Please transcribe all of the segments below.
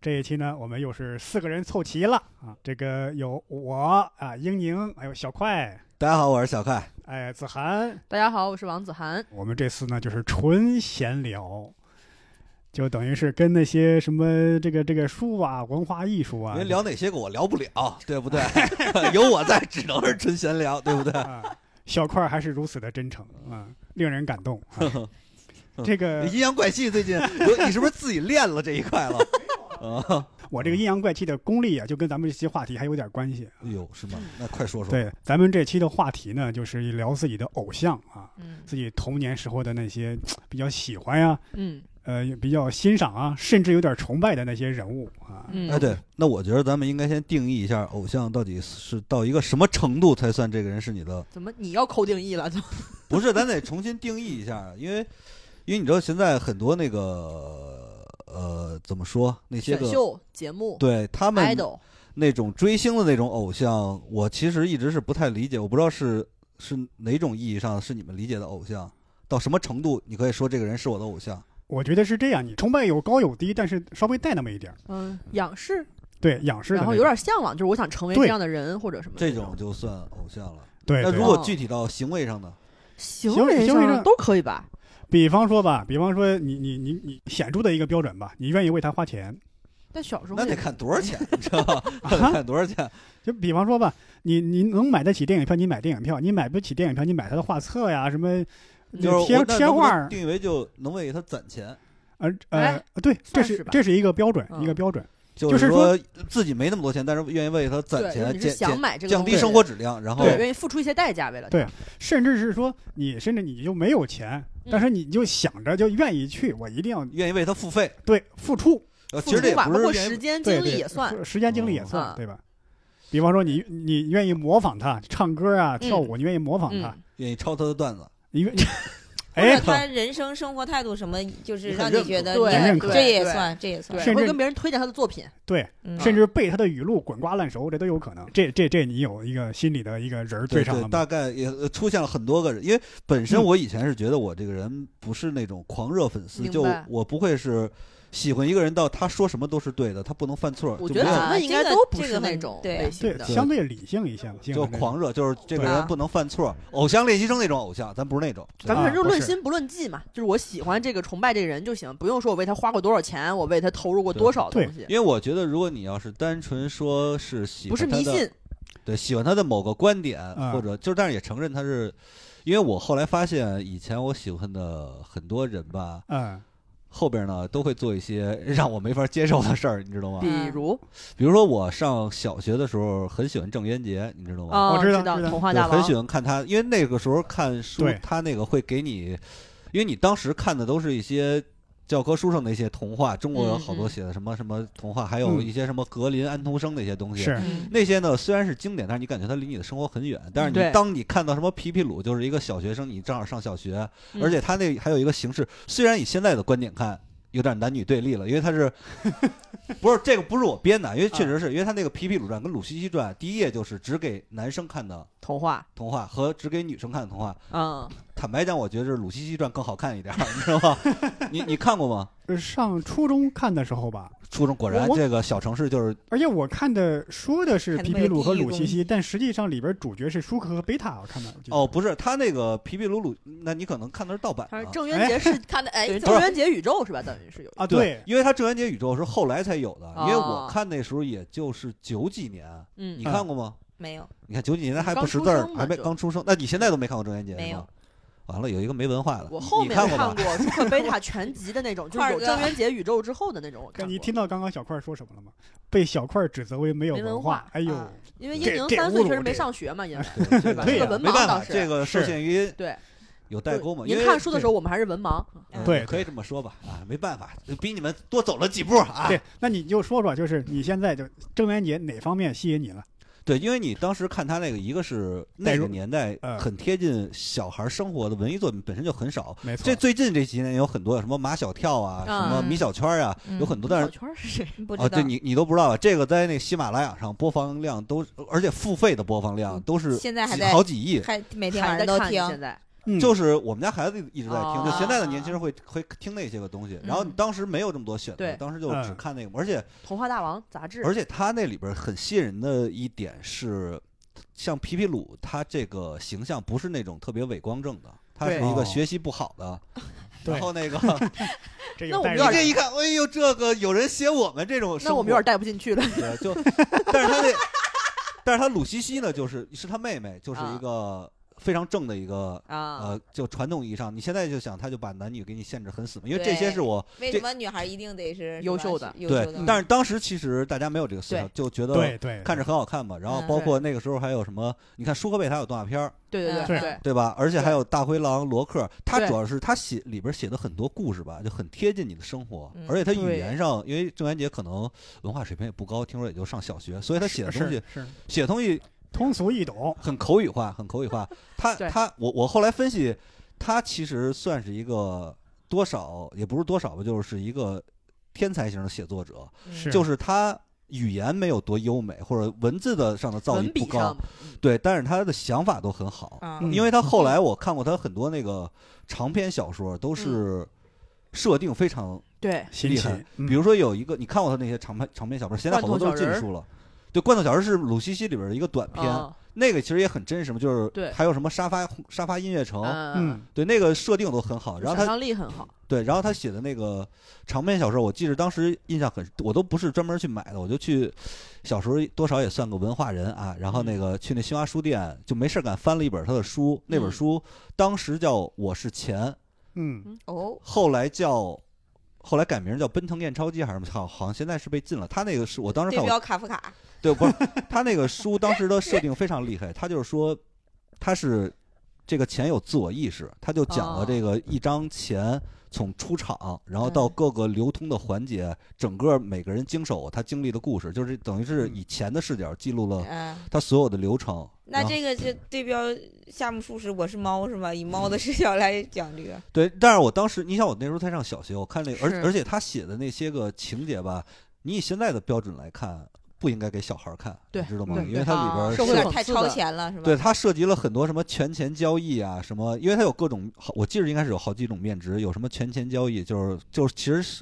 这一期呢，我们又是四个人凑齐了啊。这个有我啊，英宁，还有小快，大家好，我是小快。哎，子涵。大家好，我是王子涵。我们这次呢，就是纯闲聊，就等于是跟那些什么这个这个书啊、文化艺术啊您聊哪些个我聊不 了，对不对？有我在，只能是纯闲聊，对 不对？啊，小块儿还是如此的真诚啊，令人感动。啊这个你阴阳怪气最近，我你是不是自己练了这一块 了？啊，我这个阴阳怪气的功力啊，就跟咱们这期话题还有点关系。哎呦，是吗？那快说说。对，咱们这期的话题呢，就是聊自己的偶像啊，嗯自己童年时候的那些嘖比较喜欢呀、嗯呃，也比较欣赏啊，甚至有点崇拜的那些人物啊。嗯，哎，对，那我觉得咱们应该先定义一下，偶像到底是到一个什么程度才算这个人是你的？怎么你要扣定义了？不是，咱得重新定义一下，因为因为你知道现在很多那个呃，怎么说那些选个秀节目对他们，idol，那种追星的那种偶像，我其实一直是不太理解，我不知道是是哪种意义上是你们理解的偶像，到什么程度你可以说这个人是我的偶像？我觉得是这样，你崇拜有高有低，但是稍微带那么一点儿，嗯，仰视，对，仰视的那然种。后有点向往，就是我想成为对这样的人或者什么的这那种就算偶像了。对。那对如果具体到行为上呢？行行为为行为上上都可以吧？比方说吧，比方说你你你你显著的一个标准吧，你愿意为他花钱。但小时候那得也看多少钱，你知道吧？啊那得 看多少钱？就比方说吧，你你能买得起电影票，你买电影票；你买不起电影票，你买他的画册呀，什么就是贴我那贴能不画能儿，定义为就能为他攒钱，呃呃哎，对，这算是是吧这是一个标准，嗯一个标准。就是说自己没那么多钱，但是愿意为他攒对，就是钱，你是减想减买这个降东低西生活质量，然后对，愿意付出一些代价为了它对甚至是说你甚至你就没有钱，嗯但是你就想着就愿意去，我一定要愿意为他付费。对付出，呃其付实这出也吧，不包括是愿时意间对精力对也算。时间精力也算，嗯对吧？比方说你你愿意模仿他唱歌啊、跳舞，你愿意模仿他，嗯，愿意抄他的段子，你 愿或哎者，他人生生活态度什么，就是让你觉得对你认可这也算，这也对，算。甚至会跟别人推荐他的作品，对，嗯甚至背他的语录滚瓜烂熟，这都有可能。这这这，你有一个心里的一个人儿对上了对，吗？大概也呃出现了很多个人，因为本身嗯我以前是觉得我这个人不是那种狂热粉丝，明就白我不会是喜欢一个人到他说什么都是对的，他不能犯错，我就觉没得啊有咱们应该这个都不这是个那很种对类型的。对，相对理性一些嘛，就狂热，就是这个啊对人不能犯错，偶像练习生那种偶像，咱不是那种。咱们啊反正不论是心不论迹嘛，就是我喜欢这个、崇拜这个人就行，不用说我为他花过多少钱，我为他投入过多少对东西，因为我觉得，如果你要是单纯说是喜不欢是他迷的信，对，喜欢他的某个观点，嗯或者就是，但是也承认他是，因为我后来发现，以前我喜欢的很多人吧，嗯，后边呢都会做一些 让我没法接受的事儿，你知道吗？比如比如说我上小学的时候很喜欢郑渊洁，你哦知道吗？啊，我知道知道童话对，大很王喜，欢看他，因为那个时候看书对，他那个会给你，因为你当时看的都是一些。教科书上的一些童话，中国有好多嗯嗯写的什么什么童话，还嗯有一些什么格林、安徒生那些东西。是嗯那些呢，虽然是经典，但是你感觉它离你的生活很远。但是你对当你看到什么皮皮鲁，就是一个小学生，你正好上小学，嗯而且他那还有一个形式，虽然以现在的观点看有点男女对立了，因为他是不是这个不是我编的，因为确实是因为他那个皮皮鲁传跟鲁西西传第一页就是只给男生看的童话，童话和只给女生看的童话。嗯，坦白讲，我觉得是鲁西西传更好看一点儿，你知道吗？ 你你看过吗？呃上初中看的时候吧，初中果然我我这个小城市就是而且我看的说的是看皮得皮鲁和没有鲁第一西西，但实际上里边主角是舒克和贝塔，我看到了哦，，不是他那个皮皮鲁鲁，那你可能看的是盗版啊他的说。郑渊洁是看的哎对，郑渊洁宇宙是吧？等于是有，啊，对，因为他《郑渊洁宇宙》是后来才有的，因为我哦看那时候也就是九几年，嗯你，看过吗？没有，你看九几年他还不刚识出字儿生，嘛还没就刚出生，那你现在都没看过《郑渊洁》是吗没有？完了，有一个没文化的，我后你面看看过吧？ 《舒克贝塔》全集的那种，就是块儿有哥郑渊洁宇宙之后的那种，我看你过。听到刚刚小块儿说什么了吗？被小块儿指责为没有没文化化，哎呦啊，因为这英宁这三侮岁辱确实没这嗯上学嘛，因为 对这个对吧对呀没是个文没盲办倒法，是这个受是限于对有代沟嘛？因您为看书的这时候，我们还是文盲，嗯对可以这么说吧，啊，没办法，比你们多走了几步啊。 对，那你就说说，就是你现在就郑渊洁哪方面吸引你了？对，因为你当时看他那个，一个是那代个入年代呃很贴近小孩生活的文艺作品本身就很少。没错，这最近这几年有很多，什么马小跳啊，什么嗯米小圈儿啊，嗯有很多，但是小圈儿是谁？ 不知啊，道。对你你都不知道啊，这个在那个喜马拉雅上播放量都，而且付费的播放量嗯都是现在还几在好几亿。还每天晚上还在都看听，现在嗯就是我们家孩子一直在听，哦就现在的年轻人会会听那些个东西。然后嗯当时没有这么多选择，对当时就嗯只看那个，而且《童话大王》杂志，而且他那里边很吸引人的一点是，像皮皮鲁他这个形象不是那种特别伪光正的，他是对一哦个学习不 好的，对然后那个这那有我代们入你有感这一看，哎呦，这个有人写我们这种生活，那我们有点带不进去了。 对就，但是他那，但是他鲁西西呢，就是是他妹妹，就是一个非常正的一个。啊，呃，就传统意义上，你现在就想，他就把男女给你限制很死嘛，因为这对些是我为什么女孩一定得是优秀的的？优对秀的，，但是当时其实大家没有这个思想，就觉得对对，看着很好看嘛。然后嗯包括那个时候还有什么，你看舒克贝塔有动画片儿，对对对嗯对对，对吧？而且还有大灰狼罗克，他对主要是他写里边写的很多故事吧，就很贴近你的生活嗯，而且他语对言上，因为郑渊洁可能文化水平也不高，听说也就上小学，所以他写的东西是是写的东西通俗易懂，很口语化，很口语 化。他对他我我后来分析，他其实算是一个多少也不是多少吧，就是一个天才型的写作者，嗯是就是他语言没有多优美，或者文字的上的造文诣不笔高上，，嗯对，但是他的想法都很好。啊，嗯因为他后来我看过他很多那个长篇小说，都是设定非常，对新厉奇害，嗯比如说有一个你看过他那些长篇长篇小说，现在好多都是禁书了。对，《罐头小人》是鲁西西里边的一个短片，啊那个其实也很真实嘛，就是对还有什么沙发沙发音乐城，嗯，嗯对那个设定都很好。然后想他象力很好，对，然后他写的那个长篇小说，我记得当时印象很，我都不是专门去买的，我就去小时候多少也算个文化人啊。然后那个去那新华书店就没事儿干翻了一本他的书，那本嗯书当时叫《我是钱》，嗯哦，后来叫。后来改名叫奔腾验钞机还是什么？好，好像现在是被禁了。他那个是我当时对看我标卡夫卡，对，不是他那个书当时的设定非常厉害，他就是说他是这个钱有自我意识，他就讲了哦这个一张钱从出厂，然后到嗯各个流通的环节，整个每个人经手他经历的故事，就是等于是嗯以钱的视角记录了嗯，他所有的流程。那然后这个就对标夏目漱石，我是猫是吧？以猫嗯的视角来讲这个，对，但是我当时你想我那时候才上小学，我看那个，而是而且他写的那些个情节吧，你以现在的标准来看，不应该给小孩儿看，对你知道吗？对因为对它里啊边儿社有涉会点讽太刺超的前了是吧？对，它涉及了很多什么权钱交易啊，什么，因为它有各种，好，我记得应该是有好几种面值，有什么权钱交易，就是就是其实是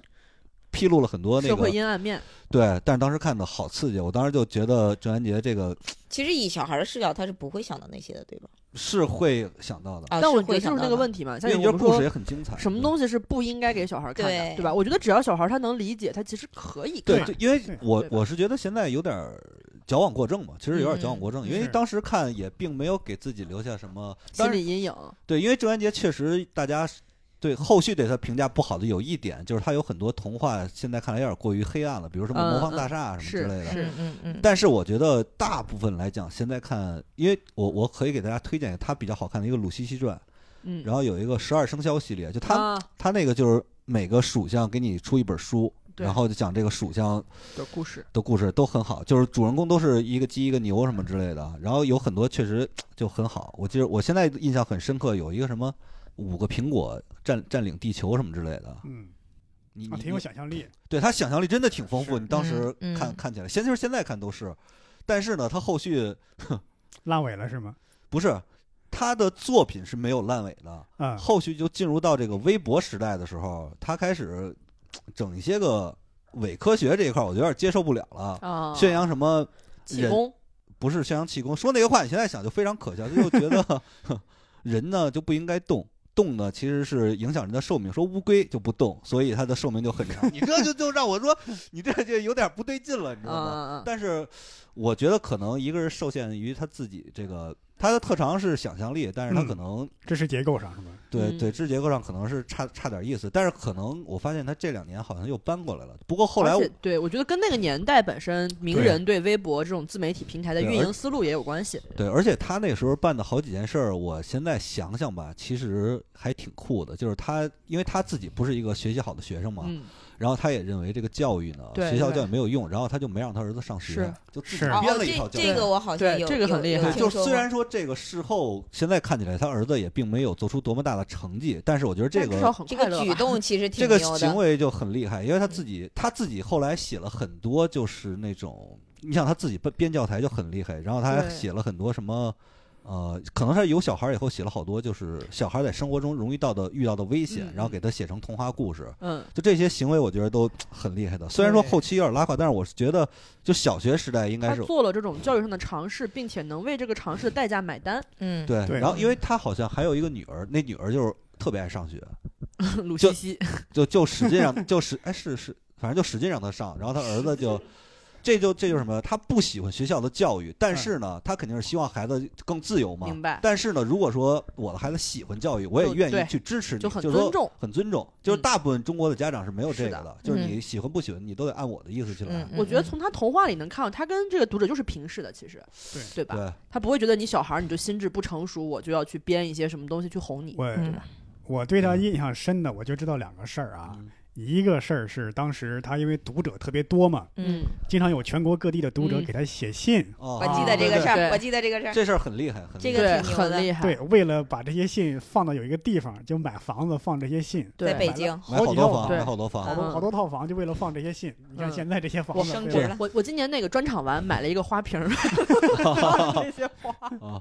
披露了很多那社个会阴暗面，啊对，但是当时看的好刺激，我当时就觉得郑渊洁这个其实以小孩的视角，他是不会想到那些的，对吧？是会想到的，啊，但我是觉得会就想是到那个的问题嘛，因像为我你觉得们故事说也很精彩，什么东西是不应该给小孩看对的，对吧？我觉得只要小孩他能理解，他其实可以对看，对，因为对我对吧我是觉得现在有点儿矫枉过正嘛，其实有点儿矫枉过正，嗯因为是当时看也并没有给自己留下什么，当心然理阴影。对，因为郑渊洁确实大家是对后续对他评价不好的有一点，就是他有很多童话现在看来有点过于黑暗了，比如什么嗯魔方嗯大厦啊什么之是类的。是嗯嗯嗯，但是我觉得大部分来讲，现在看，因为我我可以给大家推荐一个他比较好看的一个《鲁西西传》，嗯，然后有一个《十二生肖》系列，就他、啊他那个就是每个属相给你出一本书，对然后就讲这个属相的故事，的故事都很好，就是主人公都是一个鸡一个牛什么之类的，然后有很多确实就很好。我记得我现在印象很深刻，有一个什么五个苹果占占领地球什么之类的，嗯，你啊，你挺有你想象力，对他想象力真的挺丰富。是你当时嗯看嗯看起来，现就是现在看都是，但是呢，他后续烂尾了是吗？不是他的作品是没有烂尾的，啊，后续就进入到这个微博时代的时候，他开始整一些个伪科学这一块儿，我有点接受不了哦了，啊，宣扬什么。气人功，不是宣扬气功，说那个话你现在想就非常可笑，就觉得 哼人呢就不应该动，动呢其实是影响人的寿命。说乌龟就不动，所以它的寿命就很长。你这就就让我说你这就有点不对劲了，你知嗯道吗？嗯嗯，但是我觉得可能一个是受限于他自己这个他的特长是想象力，但是他可能知识结构上是吧？对嗯对，智结构上可能是差差点意思，但是可能我发现他这两年好像又搬过来了。不过后来而我且对我觉得跟那个年代本身名对人对微博这种自媒体平台的对运而营思路也有关系。对，而且他那时候办的好几件事儿，我现在想想吧，其实还挺酷的。就是他，因为他自己不是一个学习好的学生嘛，嗯，然后他也认为这个教育呢，对学校对教育没有用，然后他就没让他儿子上学是，就自己是哦编哦，了一套这教这育。个我好像对有这个很厉害有对，有听就说虽过然说这个事后现在看起来他儿子也并没有做出多么大的成绩，但是我觉得这但至少个很这快个乐吧。举动其实这挺个牛行的，为就很厉害，因为他自己他自己后来写了很多就是那种，你想他自己编编教材就很厉害，然后他还对写了很多什么。呃，可能他有小孩以后写了好多，就是小孩在生活中容易到的遇到的危险，嗯然后给他写成童话故事，嗯，就这些行为，我觉得都很厉害的。虽然说对后期有点拉胯，但是我是觉得，就小学时代应该他是做了这种教育上的尝试，并且能为这个尝试的代价买单。 嗯，对。对然后，因为他好像还有一个女儿，那女儿就是特别爱上学，鲁就西 西，就就使劲让，就使哎是是，反正就使劲让他上。然后他儿子 就，这就这就是什么？他不喜欢学校的教育，但是呢，他肯定是希望孩子更自由嘛。嗯明白但是呢，如果说我的孩子喜欢教育，我也就愿对意去支持你，就就很是尊说重很尊重。就是嗯大部分中国的家长是没有这是个的的，就是嗯你喜欢不喜欢，你都得按我的意思去来嗯。，嗯我觉得嗯从他童话里能看到，他跟这个读者就是平视的，其实，对对吧？对，他不会觉得你小孩儿你就心智不成熟，我就要去编一些什么东西去哄你。我嗯我对他印象深的，我就知道两个事儿啊。嗯一个事儿是当时他因为读者特别多嘛，嗯，经常有全国各地的读者嗯给他写信。哦我记得这个事对对儿，对我记得这个事儿，这事儿很厉害，很嗯这厉个害。对，挺牛的很厉害。对，为了把这些信放到有一个地方，就买房子放这些信，对在北买了京买好好几多套房，房买好多好房，多嗯好多套房就为了放这些信。你看嗯现在这些房我子升对值吧了我我今年那个专场完买了一个花瓶儿，这些花。 啊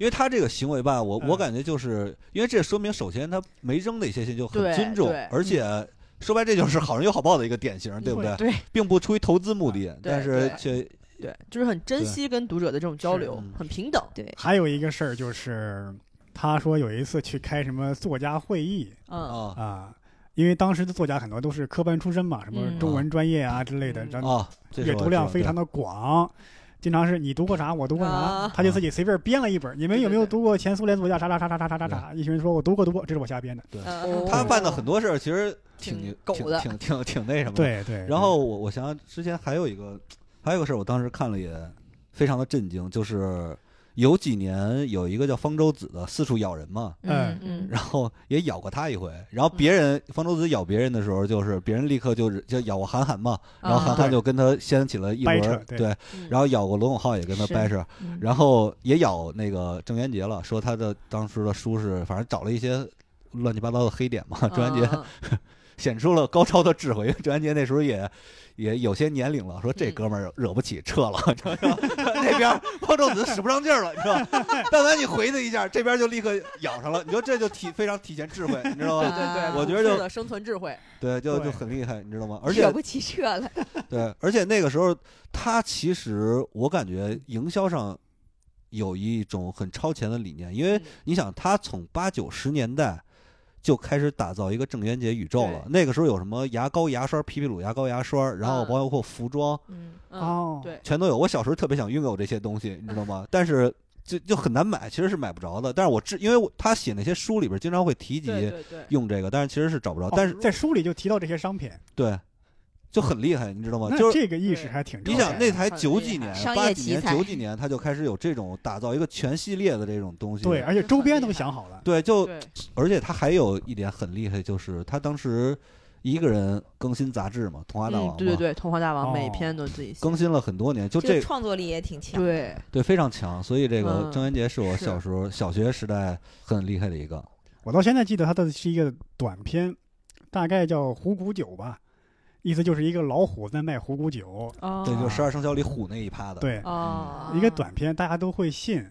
因为他这个行为吧，我嗯我感觉就是因为这说明，首先他没扔的一些信就很对尊重对，而且说白这就是好人有好报的一个典型，对不 对？对并不出于投资目的，但是对却 对，就是很珍惜跟读者的这种交流是嗯，很平等。对，还有一个事儿就是，他说有一次去开什么作家会议嗯，啊啊，因为当时的作家很多都是科班出身嘛，什么嗯中文专业啊之类的，嗯然后啊，这是阅我读量知道非常的广。经常是你读过啥，我读过啥啊，他就自己随便编了一本。你们有没有对对对读过前苏联作家啥啥啥啥啥啥啥啥？一群人说我读过读过，这是我瞎编的。哦嗯对他办的很多事儿，其实挺挺挺狗的挺挺挺那什么的。对对。然后我我想想之前还有一个还有一个事儿，我当时看了也非常的震惊，就是有几年有一个叫方舟子的四处咬人嘛，嗯嗯然后也咬过他一回，然后别人方舟子咬别人的时候，就是别人立刻就是就咬过韩寒嘛，然后韩寒就跟他掀起了一掰轮扯儿，对对，啊嗯然后咬过罗永浩也跟他是掰扯，嗯然后也咬那个郑渊洁了，说他的当时的书是反正找了一些乱七八糟的黑点嘛， 郑渊洁嗯显出了高超的智慧。因为郑渊洁那时候也也有些年龄了，说这嗯哥们儿惹不起，撤了。你知道吗 那边方舟子使不上劲儿了，你知道吗？ 但凡你回他一下，这边就立刻咬上了。你说这就体非常体现智慧，你知道对吗？对嗯对，我觉得朴就素的生存智慧，对，就对就很厉害，你知道吗？而惹且不起撤了，对，而且那个时候他其实我感觉营销上有一种很超前的理念，因为嗯你想，他从八九十年代就开始打造一个郑渊洁宇宙了。对那个时候有什么牙膏、牙刷、皮皮鲁牙膏、牙刷，然后嗯包括服装，嗯，嗯，哦，对全都有。我小时候特别想拥有这些东西，你知道吗？但是就就很难买，其实是买不着的。但是我知，因为我他写那些书里边经常会提对及对对，用这个，但是其实是找不着。哦但是在书里就提到这些商品，对，就很厉害，你知道吗？那哦就是。这个意识还挺你超想前那的。才很九厉几害年、商八业几奇年、才九几年，他就开始有这种打造一个全系列的这种东西。对，而且周边都想好了。对，就对而且他还有一点很厉害，就是他当时一个人更新杂志嘛，《童话大王》嗯嘛，对对对，童话大王每哦篇都自己写，更新了很多年，就这这个创作力也挺强，对，对非常强。所以这个嗯郑渊洁是我是啊小时候小学时代很厉害的一个。我到现在记得他的是一个短片，大概叫《虎骨酒》吧，意思就是一个老虎在卖虎骨酒。哦对，就十二生肖里虎那一趴的。对，哦，一个短片，大家都会信。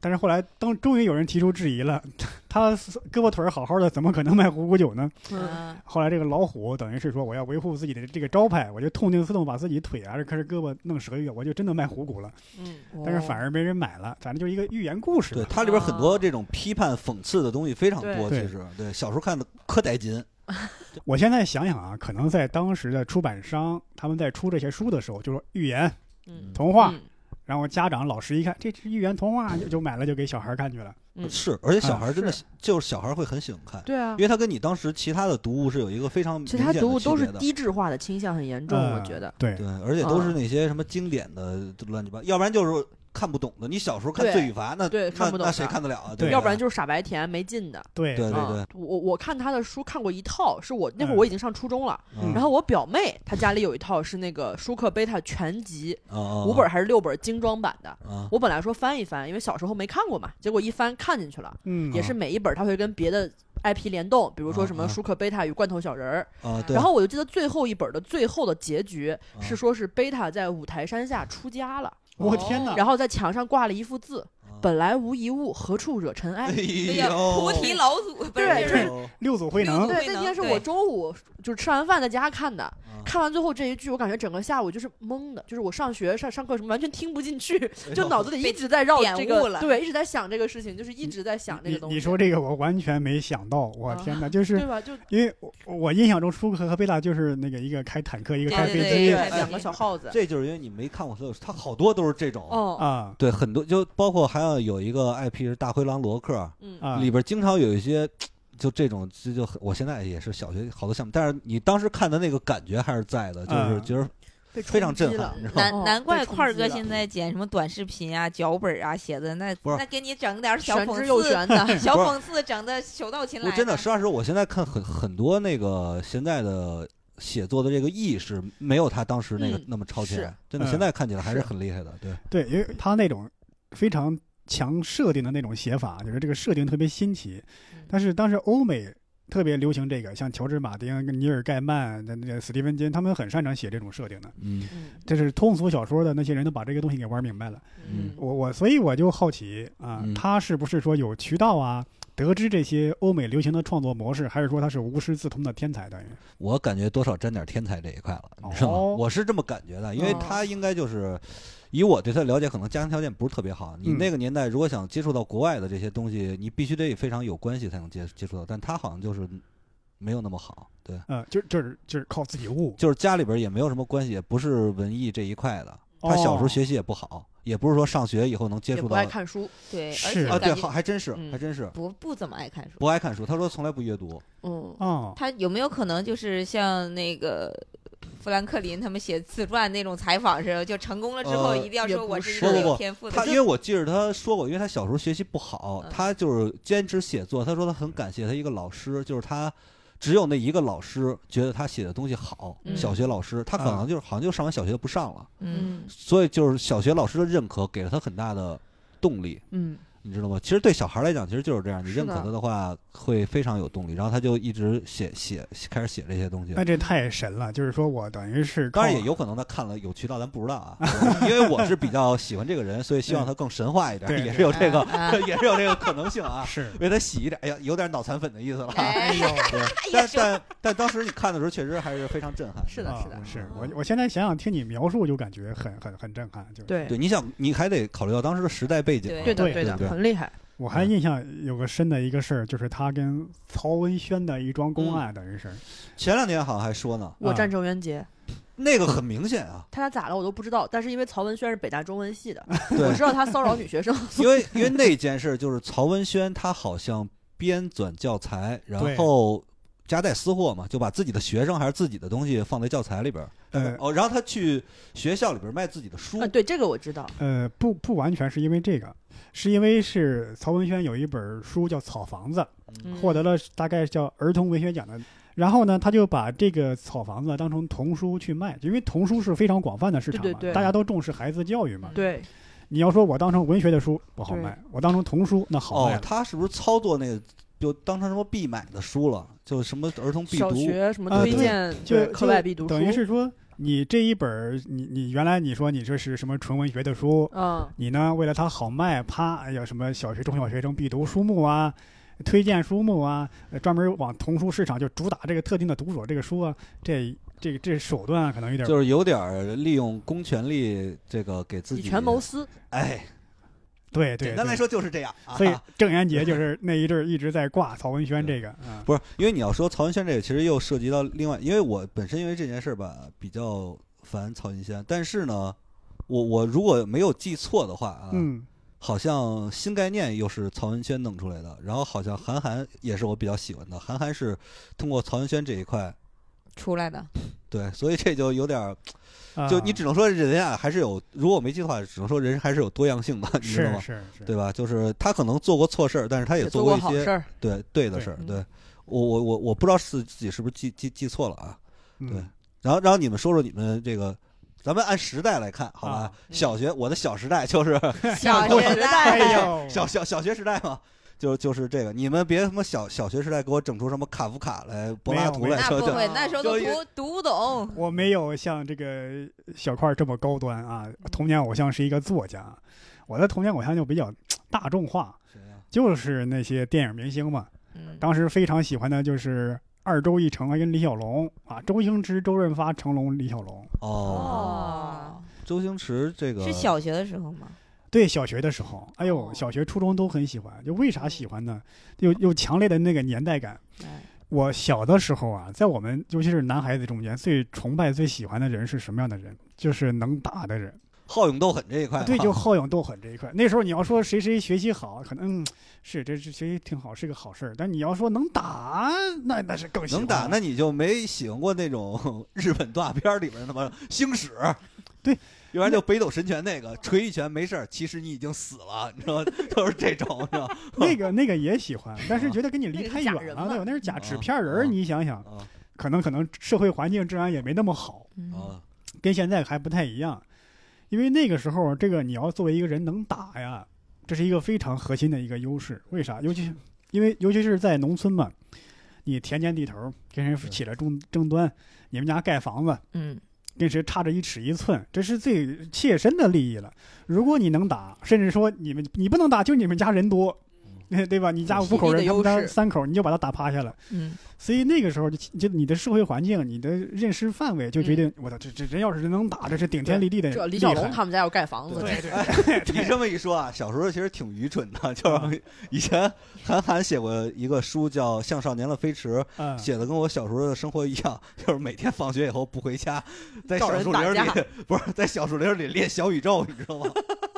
但是后来，当终于有人提出质疑了， 他胳膊腿儿好好的，怎么可能卖虎骨酒呢？嗯，哎嗯后来这个老虎等于是说，我要维护自己的这个招牌，我就痛定思痛，把自己腿啊，这开始胳膊弄折一个，我就真的卖虎骨了。嗯，但是反而没人买了，反正就是一个寓言故事对，吧。它里边很啊多这种批判、讽刺的东西非常多。对其实，对小时候看的可带劲。我现在想想啊，可能在当时的出版商他们在出这些书的时候，就说寓言、嗯童话、嗯然后家长老师一看，这是一圆童话，就就买了，就给小孩看去了。嗯是，而且小啊孩真的是就是小孩会很喜欢看，对啊因，为它跟你当时其他的读物是有一个非常明其显的他读物都是区别的嗯低质化的倾向很严重，我呃觉得。对对，而且都是嗯那些什么经典的都乱七八，要不然就是看不懂的。你小时候看《对罪与罚》，那对那看不懂那的谁看得了啊？对要不然就是傻白甜没劲的。对对啊我我看他的书看过一套，是我那会儿嗯我已经上初中了，嗯然后我表妹她家里有一套是那个舒克贝塔全集，后五本还是六本精装版的。啊，我本来说翻一翻，因为小时候没看过嘛，结果一翻看进去了，嗯，也是每一本它会跟别的 IP 联动，比如说什啊么啊舒克贝塔与罐头小人儿。啊对，然后我就记得最后一本的最后的结局啊是说是贝塔在五台山下出家了，哦我天嗯哪！然后在墙上挂了一幅字啊：“本来无一物，何处惹尘埃。”哎哎呀，呦，菩提老祖不是对就这是哦六祖慧能六，对，慧那能天是对我中午就是吃完饭在家看的，啊看完最后这一句，我感觉整个下午就是懵的，就是我上学上上课什么完全听不 进去，哎就脑子里一直在绕点 这悟个，了对，一直在想这个事情，就是一直在想这你个东西。你说这个我完全没想到，我啊天哪！就是对吧？就因为我我印象中舒克和贝塔就是那个一个开坦克，一个对开对飞对机对对两个小耗子，这就是因为你没看过所有，它好多都是这种。哦，啊对，很多就包括还有有一个 IP 是大灰狼罗克，嗯，啊里边经常有一些就这种，这就很我现在也是小学好多项目，但是你当时看的那个感觉还是在的，就是嗯觉得被非常震冲击撼了，。你知道吗？难哦难怪被冲块儿击哥了嗯现在剪什么短视频啊、脚本啊写的，那不是那给你整点儿小玄讽之又刺，玄的，小不是讽刺整的手到擒来我呢。真的，实话实说，我现在看很很多那个现在的写作的这个意识，没有他当时那个嗯那么超前是。真的，嗯现在看起来还是是很厉害的。对，对，因为他那种非常强设定的那种写法，就是这个设定特别新奇嗯。但是当时欧美特别流行这个，像乔治·马丁、跟尼尔·盖曼、那那个史蒂芬金，他们很擅长写这种设定的。嗯嗯这是通俗小说的那些人都把这个东西给玩明白了。嗯我我所以我就好奇啊嗯，他是不是说有渠道啊，得知这些欧美流行的创作模式，还是说他是无师自通的天才？等于我感觉多少沾点天才这一块了，你知道吗？哦我是这么感觉的，因为哦他应该就是。以我对他的了解，可能家庭条件不是特别好。你嗯那个年代如果想接触到国外的这些东西，你必须得非常有关系才能接接触到。但他好像就是没有那么好，对，呃，就就是就是靠自己悟。就是家里边也没有什么关系，也不是文艺这一块的。他小时候哦学习也不好，也不是说上学以后能接也触不到爱看书，对，而是且啊，感对，觉好，还真是，嗯还真是不不怎么爱看书。不爱看书。他说从来不阅读，嗯，哦，他有没有可能就是像那个富兰克林他们写自传那种采访似的，就成功了之后呃一定要也说不我是一是个不不有不天赋的他因人？为我记着他说过，因为他小时候学习不好，嗯他就是坚持写作。他说他很感谢他一个老师，就是他只有那一个老师觉得他写的东西好，嗯小学老师，他可能就是好像就上完小学不上了，嗯，所以就是小学老师的认可给了他很大的动力。嗯，你知道吗？其实对小孩来讲，其实就是这样。你是认可的他的话，会非常有动力。然后他就一直写写，开始写这些东西了。那这太神了，就是说我等于是哎靠当然也有可能他看了有渠道，咱不知道啊， 因为我是比较喜欢这个人，所以希望他更神话一点，对对哎也是有这个，啊 也是有这个可能性啊，是为他洗一点，哎呀，有点脑残粉的意思了 啊。哎呦，对，呀但但但当时你看的时候，确实还是非常震撼。是的，啊是的，是我我现在想想听你描述，就感觉很很很震撼。就是对对，你想，你还得考虑到当时的时代背景啊。对的，对对的，对很厉害，我还印象有个深的一个事儿，就是他跟曹文轩的一桩公案，等于是前两天好像还说呢，我啊战郑渊洁。那个很明显啊，他俩咋了我都不知道，但是因为曹文轩是北大中文系的，对我知道他骚扰女学生， 因为因为那件事就是曹文轩他好像编纂教材，然后夹带私货嘛，就把自己的学生还是自己的东西放在教材里边儿。呃哦，然后他去学校里边卖自己的书啊，。对这个我知道，呃，不不完全是因为这个，是因为是曹文轩有一本书叫《草房子》，嗯获得了大概叫儿童文学奖的。然后呢，他就把这个草房子当成童书去卖，因为童书是非常广泛的市场嘛，对对对大家都重视孩子教育嘛。嗯对，你要说我当成文学的书不好对卖，我当成童书那好卖哦了，。他是不是操作那个就当成什么必买的书了？就什么儿童必小读？学什么啊推对荐就对课外必读书，等于是说，你这一本儿你你原来你说你这是什么纯文学的书，嗯，你呢为了它好卖，啪，哎呀什么小学、中小学生必读书目啊，推荐书目啊，呃专门往童书市场就主打这个特定的读者这个书啊，这这这手段啊可能有点就是有点儿利用公权力，这个给自以己权谋。私，哎，对对。简单对来说就是这样啊。所以郑渊洁就是那一阵儿一直在挂曹文轩这个，啊，不是，因为你要说曹文轩这个，其实又涉及到另外，因为我本身因为这件事儿吧比较烦曹云轩，但是呢，我我如果没有记错的话啊，嗯，好像新概念又是曹文轩弄出来的，然后好像韩寒也是我比较喜欢的，韩寒是通过曹文轩这一块，出来 的，对，所以这就有点儿，啊就你只能说人啊还是有，如果我没记错的话，只能说人还是有多样性的，你知道是吗？是是，对吧？就是他可能做过错事儿，但是他也就做过一好些事儿，对对的事嗯儿。对对我我我我不知道是自己是不是记记记错了啊。嗯对然后然后你们说说你们这个，咱们按时代来看，好吧？啊小学我的小时代就是 小时哎代，呦，小小小学时代嘛，就就是这个。你们别他妈小小学时代给我整出什么卡夫卡来、柏拉图没有来，那就不就会，那时候都就读读不懂， 我没有像这个小块儿这么高端啊，童年偶像是一个作家，我的童年偶像就比较大众化，谁呀就是那些电影明星嘛。嗯，当时非常喜欢的就是二周一成跟李小龙啊，周星驰、周润发、成龙、李小龙。哦，哦，周星驰这嗯个是小学的时候吗？哦对，小学的时候，哎呦哦，小学、初中都很喜欢。就为啥喜欢呢？有有强烈的那个年代感。哎我小的时候啊，在我们尤其是男孩子中间，最崇拜、最喜欢的人是什么样的人？就是能打的人。好勇斗狠这一块，对，就好勇斗狠这一块。那时候你要说谁谁学习好，可能嗯是这是学习挺好是个好事儿，但你要说能打，那那是更喜欢能打，了那你就没喜欢过那种 日本动画片儿里边儿他妈星矢， 对，要不然就北斗神拳那个锤一拳没事儿，其实你已经死了，你知道吗， 都是这种，你知道吗？ 那个那个也喜 欢，但是觉得跟你那离个太假远人了，了嗯对吧？那是假纸啊片人啊儿，你想想，啊可能可能社会环境治安也没那么好，嗯啊，跟现在还不太一样，因为那个时候这个你要作为一个人能打呀，这是一个非常核心的一个优势。为啥？尤其因为尤其是在农村嘛，你田间地头儿跟人是起了争争端，你们家盖房子。嗯，跟谁差着一尺一寸，这是最切身的利益了。如果你能打，甚至说你们你不能打，就你们家人多，嗯对吧？你家五口人，体他力的优们势家三口，你就把他打趴下了。嗯，所以那个时候就，就你的社会环境、你的认识范围就嗯决定，我操，这这人要是能打，这是顶天立地的人。这李小厉龙害他们家要盖房子，对对，嗯你这么一说啊，小时候其实挺愚蠢的，就是以前韩寒写过一个书叫《向少年了飞驰》，嗯，写的跟我小时候的生活一样，就是每天放学以后不回家， 在找小人树林打里不是在小树林里练小宇宙，你知道吗？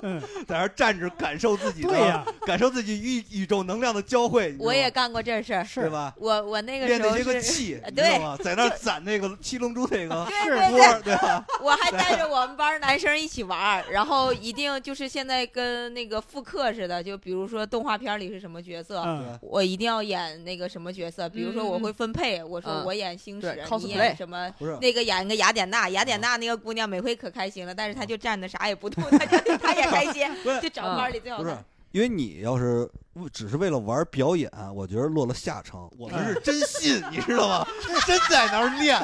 嗯 在那儿站着感受自己的，对 呀、感受自己宇宇宙能量的交汇。你知道吗我也干过这事儿，是对吧？我我那个练时那候些个是。 气，呃你知道吗？在那儿攒那个七龙珠那 个对是对波对，儿，对吧？我还带着我们班男生一起玩儿，然后一定就是现在跟那个复刻似的，就比如说动画片里是什么角色，嗯，我一定要演那个什么角色，比如说我会分配，我说嗯我演星对矢，你 cosplay 演什么？不是， 那个演个雅典娜，雅典娜那个姑娘每回可开心了，但是嗯她就站着啥也不动，她就她也开心不是，就找班里最好不是看。。因为你要是为只是为了玩表演，我觉得落了下乘。我们是真信，你知道 吗？真在那儿 练，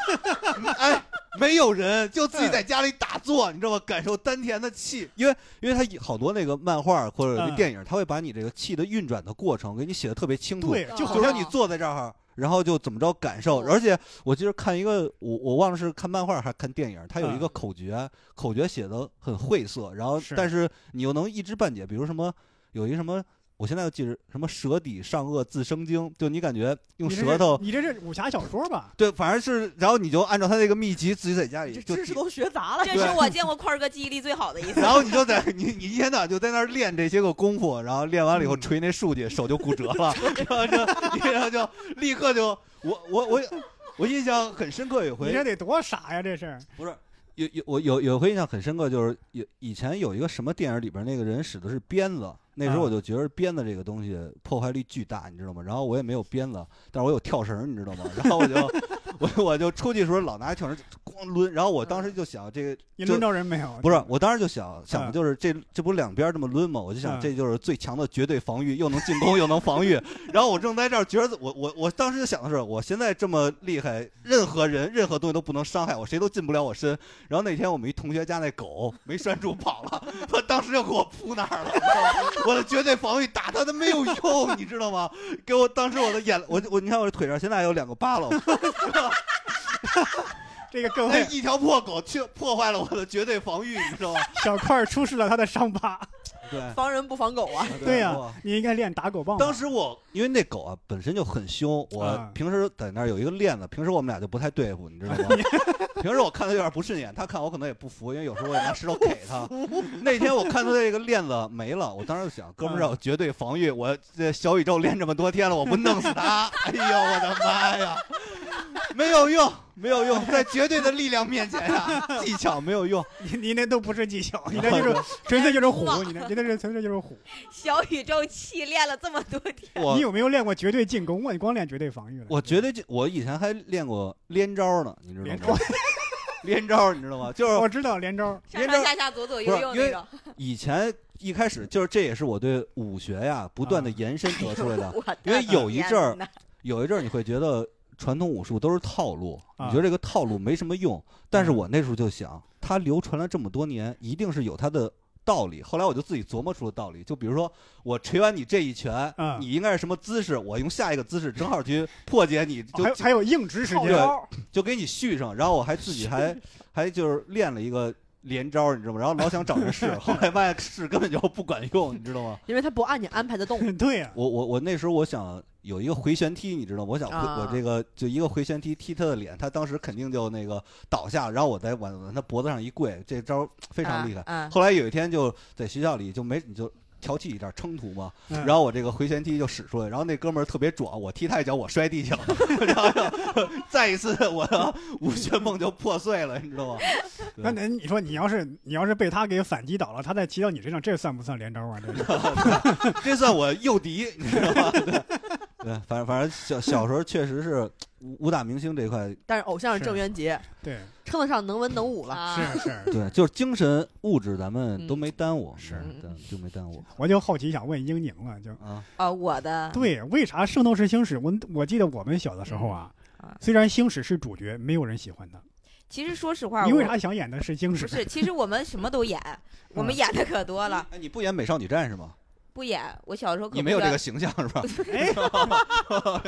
哎，没有人，就自己在家里打坐，你知道吗？感受丹田的气，因为因为他好多那个漫画或者嗯电影，他会把你这个气的运转的过程给你写的特别清楚。对， 就就好好像像你坐在这儿，然后就怎么着感受。嗯而且我记得看一个，我我忘了是看漫画还是看电影，它有一个嗯口诀，口诀写的很晦涩，然后是但是你又能一知半解。比如什么有一什么，我现在就记着什么舌抵上颚自生经，就你感觉用你这是舌头。你这是武侠小说 吧？对，反正是，然后你就按照他那个秘籍自己在家里这就知识都学杂了这。对是我见过块儿哥记忆力最好的一次。 然后你就在你你一天到晚就在那儿练这些个功夫，然后练完了以后嗯捶那树去，手就骨折 了，然后就然后就立刻就我我我我印象很深刻，有你回这得多傻呀！这是有有我有有回印象很深刻，就是有以前有一个什么电影里边那个人使的是鞭子，那时候啊我就觉得鞭子这个东西破坏力巨大，你知道吗？然后我也没有鞭子，但是我有跳绳，你知道吗？ 然后我就我我就出去的时候老拿跳绳咣抡，然后我当时就想这个你轮着人没有？不是，我当时就想想的嗯就是这这不两边这么抡吗？我就想嗯这就是最强的绝对防御，又能进攻又能防御。然后我正在这儿觉得我我我当时就想的是，我现在这么厉害，任何人任何东西都不能伤害我，谁都进不了我身。然后那天我们一同学家那狗没拴住跑了，他当时就给我扑那儿了，你知道吗我的绝对防御打他都没有用，你知道吗？给我当时我的眼我我你看我这腿上现在有两 个疤了，这个各那位一条破狗却破坏了我的绝对防御，你知道吗？小块儿出示了他的伤疤。 对。防人不防狗啊！对呀我你应该练打狗棒吧。当时我因为那狗啊本身就很凶，我啊 平时在那儿有一个链子，平时我们俩就不太对付，你知道吗？平时我看他有点不顺眼，他看我可能也不服，因为有时候我也拿石头给他。那天我看他这个链子没了，我当时就想，哥们儿要有绝对防御，我这小宇宙练这么多天了，我不弄 死他？哎呦，我的妈呀！没有用，没有用，在绝对的力量面前呀、技巧没有用。你你那都不是技 巧，你那就是纯粹就是虎，你那你那是纯粹就是虎。小宇宙气练了这么多天，我你有没有练过绝对进攻啊？你光练绝对防御了。我绝对就，我以前还练过连招呢，你知连道招吗？， 连招，你知道吗？就是我知道连招，上上下下左左右右那种。以前一开始就是，这也是我对武学呀不断的啊延伸得出 来 的。我的因为有一阵儿天哪，有一阵儿你会觉得传统武术都是套路，啊嗯你觉得这个套路没什么用。但是我那时候就想，它流传了这么多年，一定是有它的道理。后来我就自己琢磨出了道理，就比如说我捶完你这一拳嗯，你应该是什么姿势，我用下一个姿势正好去破解你，哦就还有还有硬直时套间，招，就给你续上。然后我还自己还还就是练了一个。连招儿你知道吗？然后老想找人试，后来发现试根本就不管用，你知道吗？因为他不按你安排的动。对呀，我我我那时候我想有一个回旋踢，你知道吗，我想回、啊我这个就一个回旋踢踢他的脸，他当时肯定就那个倒下，然后我再往往他脖子上一跪，这招非常厉害。啊啊嗯后来有一天就在学校里就没你就。挑起一点冲突嘛，嗯然后我这个回旋踢就使出来，然后那哥们儿特别壮，我踢他一脚，我摔地上， 然后就再一次我的武学梦就破碎了，你知道 吗？那那你说你要是你要是被他给反击倒了，他再骑到你身上，这算不算连招啊？这 是这算我诱敌，你知道吗？对， 对反正反正小小时候确实是武武打明星这 一块，但是偶像是是郑渊洁，对，称得上能文能武了。啊是是。对，就是精神物质咱们都没耽误，是嗯对就没耽误我就好奇想问英宁了，就啊。啊！我的对，为啥《圣斗士星矢》？我我记得我们小的时候啊嗯啊，虽然星矢是主角，没有人喜欢他，其实说实话，你为我啥想演的是星不矢？是？其实我们什么都演，我们演的可多了。哎，你不演美少女战士吗？不演，我小时候可你不没有这知个形象是 吧？道，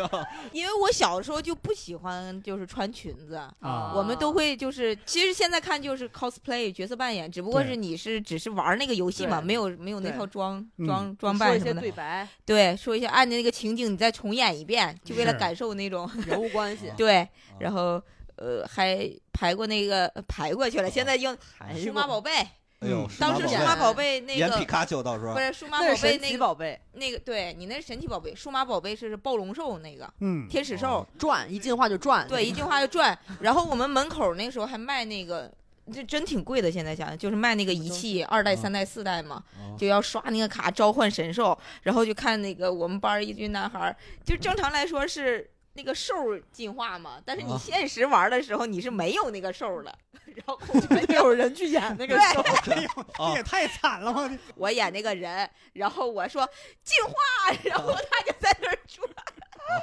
因为我小时候就不喜欢就是穿裙子，啊我们都会就是，其实现在看就是 cosplay 角色扮演，只不过是你是只是玩那个游戏嘛，对没有没有那对套装嗯装装说扮一什么些的。对白、对，说一下按着那个情景，你再重演一遍，就为了是感受那种人物关系啊，对。啊然后呃，还排过那个呃排过去了，现在用哎数呦码宝贝，哎呦，嗯啊数码当时宝数贝码宝贝那演皮个卡丘，到时候不是数码那宝是贝神那奇个宝贝那个，对你那是神奇宝贝，数码宝贝是暴龙兽那个嗯，天使兽哦，转，一进化就转。对，一句话就转。然后我们门口那时候还卖那个。这真挺贵的，现在想想就是卖那个仪器，二代、嗯三代、四代嘛， 啊就要刷那个卡召唤神兽，然后就看那个我们班儿一群男孩儿，就正常来说是那个兽儿进化嘛，但是你啊现实玩儿的时候你是没有那个兽儿的，然后我们没有人去演那个对兽，哎呦，这也太惨了吧！我演那个人，然后我说进化，然后他就在那儿转。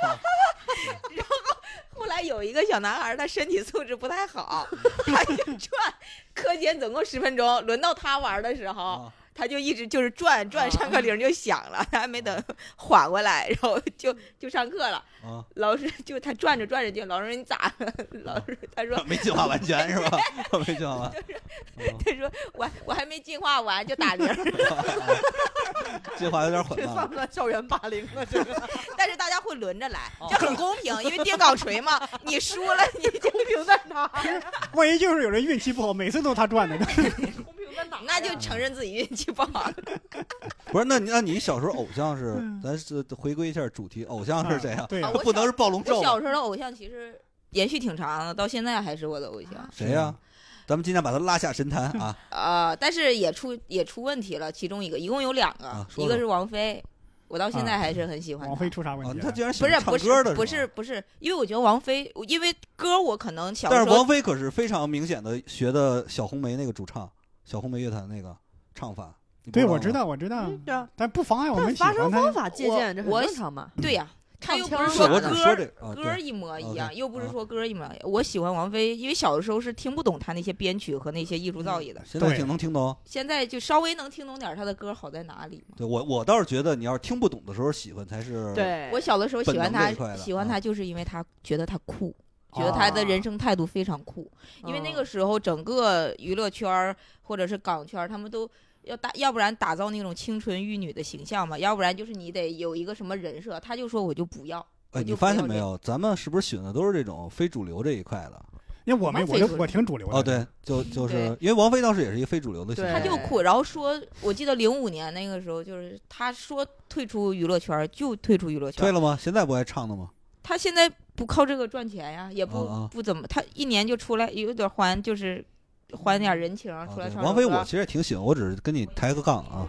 哦然后后来有一个小男孩儿，他身体素质不太好，他就转，课间总共十分钟，轮到他玩儿的时候，啊他就一直就是转转，啊上课铃儿就响了，他还没等缓过来，然后嗯就就上课了。啊，老师就他转着转着就，老师说你咋了？ 老师他啊说没进化完全 是吧？没进化完，啊他说我我还没进化完就打铃儿， 进化有点混这算乱不算校园霸凌啊？ 这个但是大家会轮着来哦，这很公平，因为定岗锤 嘛，你输了你就公平在哪儿？万一就是有人运气不好，每次都他赚的，公平在哪儿呀？那就承认自己运气不好。不是，那你那你小时候偶像是嗯，咱是回归一下主题，偶像是谁啊？对啊呀，我不能是暴龙我兽吧小时候的偶像其实延续挺长的，到现在还是我的偶像谁嗯呀？咱们今天把他拉下神坛啊！啊，但是也出也出问题了，其中一个一共有两个啊，说说一个是王菲，我到现在还是很喜欢王她菲。出啥问啊题，他了？居然喜不欢是唱不歌是的不是是吗，不是，因为我觉得王菲，因为歌我可能小但时是候王菲可是非常明显的学的小红梅那个主唱，小红梅乐团那个唱法。你不对，吗我知。道，我知道，嗯对啊，但不妨碍我但们喜发声欢方他。法借鉴这很我正常嘛。对呀、他唱又不腔是说儿啥我的只歌说这个啊歌儿对一模一 OK，样，又不是啊说歌儿一模一样。我喜欢王菲，因为小的时候是听不懂她那些编曲和那些艺术造诣的，现在对挺能听懂。现在就稍微能听懂点儿她的歌好在哪里嘛。对我我倒是觉得，你要是听不懂的时候喜欢才是。。对，我小的时候喜欢本能这她一块啊的，喜欢她就是因为她觉得她酷，觉啊得哦她的人生态度非常酷。因为嗯那嗯个时候整个娱乐圈儿或者是港圈儿，他们都要打，要不然打造那种清纯玉女的形象嘛，要不然就是你得有一个什么人设。她就说我就不要，哎，我你就发不现要没这有？咱们是不是选的都是这种非主流这一块的？因为我没王我菲就主我挺主流的哦，，对，就就是嗯对因为王菲当时也是一个非主流的形对他象，就哭，然后说，我记得零五年那个时候，就是他说退出娱乐圈儿就退出娱乐圈退儿，了吗？现在不还唱呢吗？他现在不靠这个赚钱呀，也不、啊啊不怎么，他一年就出来有点还就是还点人情，啊出来对唱王首菲歌我其实也挺喜欢，我只是跟你抬个杠啊，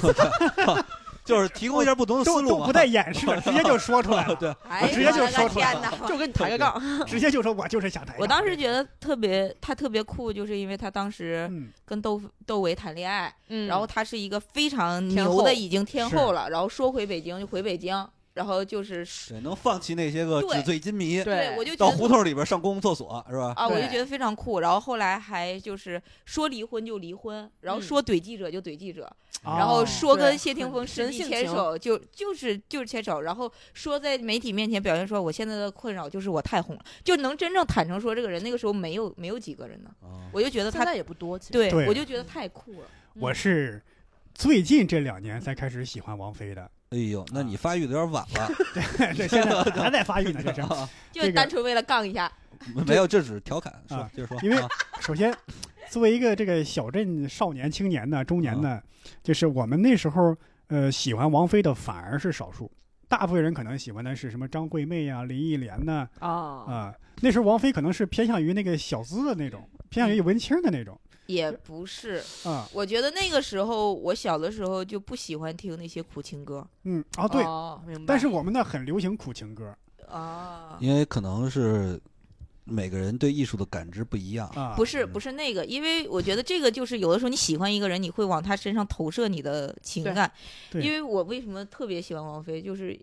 就是提供一下不同的思都路都 嘛。不带掩饰的，直接就说出来了，啊 哦对，哎，直接就我的说出来天了 哪！就跟你抬个杠，直接就说我就是想抬杠。我当时觉得特别，他特别酷，就是因为他当时嗯，跟窦窦唯谈恋爱，嗯然后他是一个非常天牛后的，已经天是后了，然后说回北京就回北京，然后就是对，能放弃那些个对纸醉金迷，对对我就觉到得胡同里边上公共厕所是吧？啊，我就对觉得非常酷。然后后来还就是说离婚就离婚，然后嗯说怼记者就怼记者，然哦后说跟对谢霆很锋实真际性牵情手，就就是就是牵手，然后说在媒体面前表现说我现在的困扰就是我太红了，就能真正坦诚说这个人那个时候没有没有几个人呢，啊我就觉得现他在也不多，其实对对我就觉得太酷了。我是最近这两年才开始喜欢王菲的， 哎呦，那啊你发育的有点晚 了，这现在还在发育呢，这是。就这个单纯为了杠一下，没有，这只是调侃，说啊接着说，因为啊首先，作为一个这个小镇少年、青年呢、中年呢，就是我们那时候呃喜欢王菲的反而是少数，大部分人可能喜欢的是什么张惠妹啊、林忆莲呐啊、啊，那时候王菲可能是偏向于那个小资的那种，偏向于文青的那种也不是。啊。我觉得那个时候，我小的时候就不喜欢听那些苦情歌嗯，啊对，哦，明白。但是我们那很流行苦情歌啊，因为可能是每个人对艺术的感知不一样，啊，不是嗯不是那个，因为我觉得这个就是有的时候你喜欢一个人，你会往他身上投射你的情对感。对因为我为什么特别喜欢王菲，就是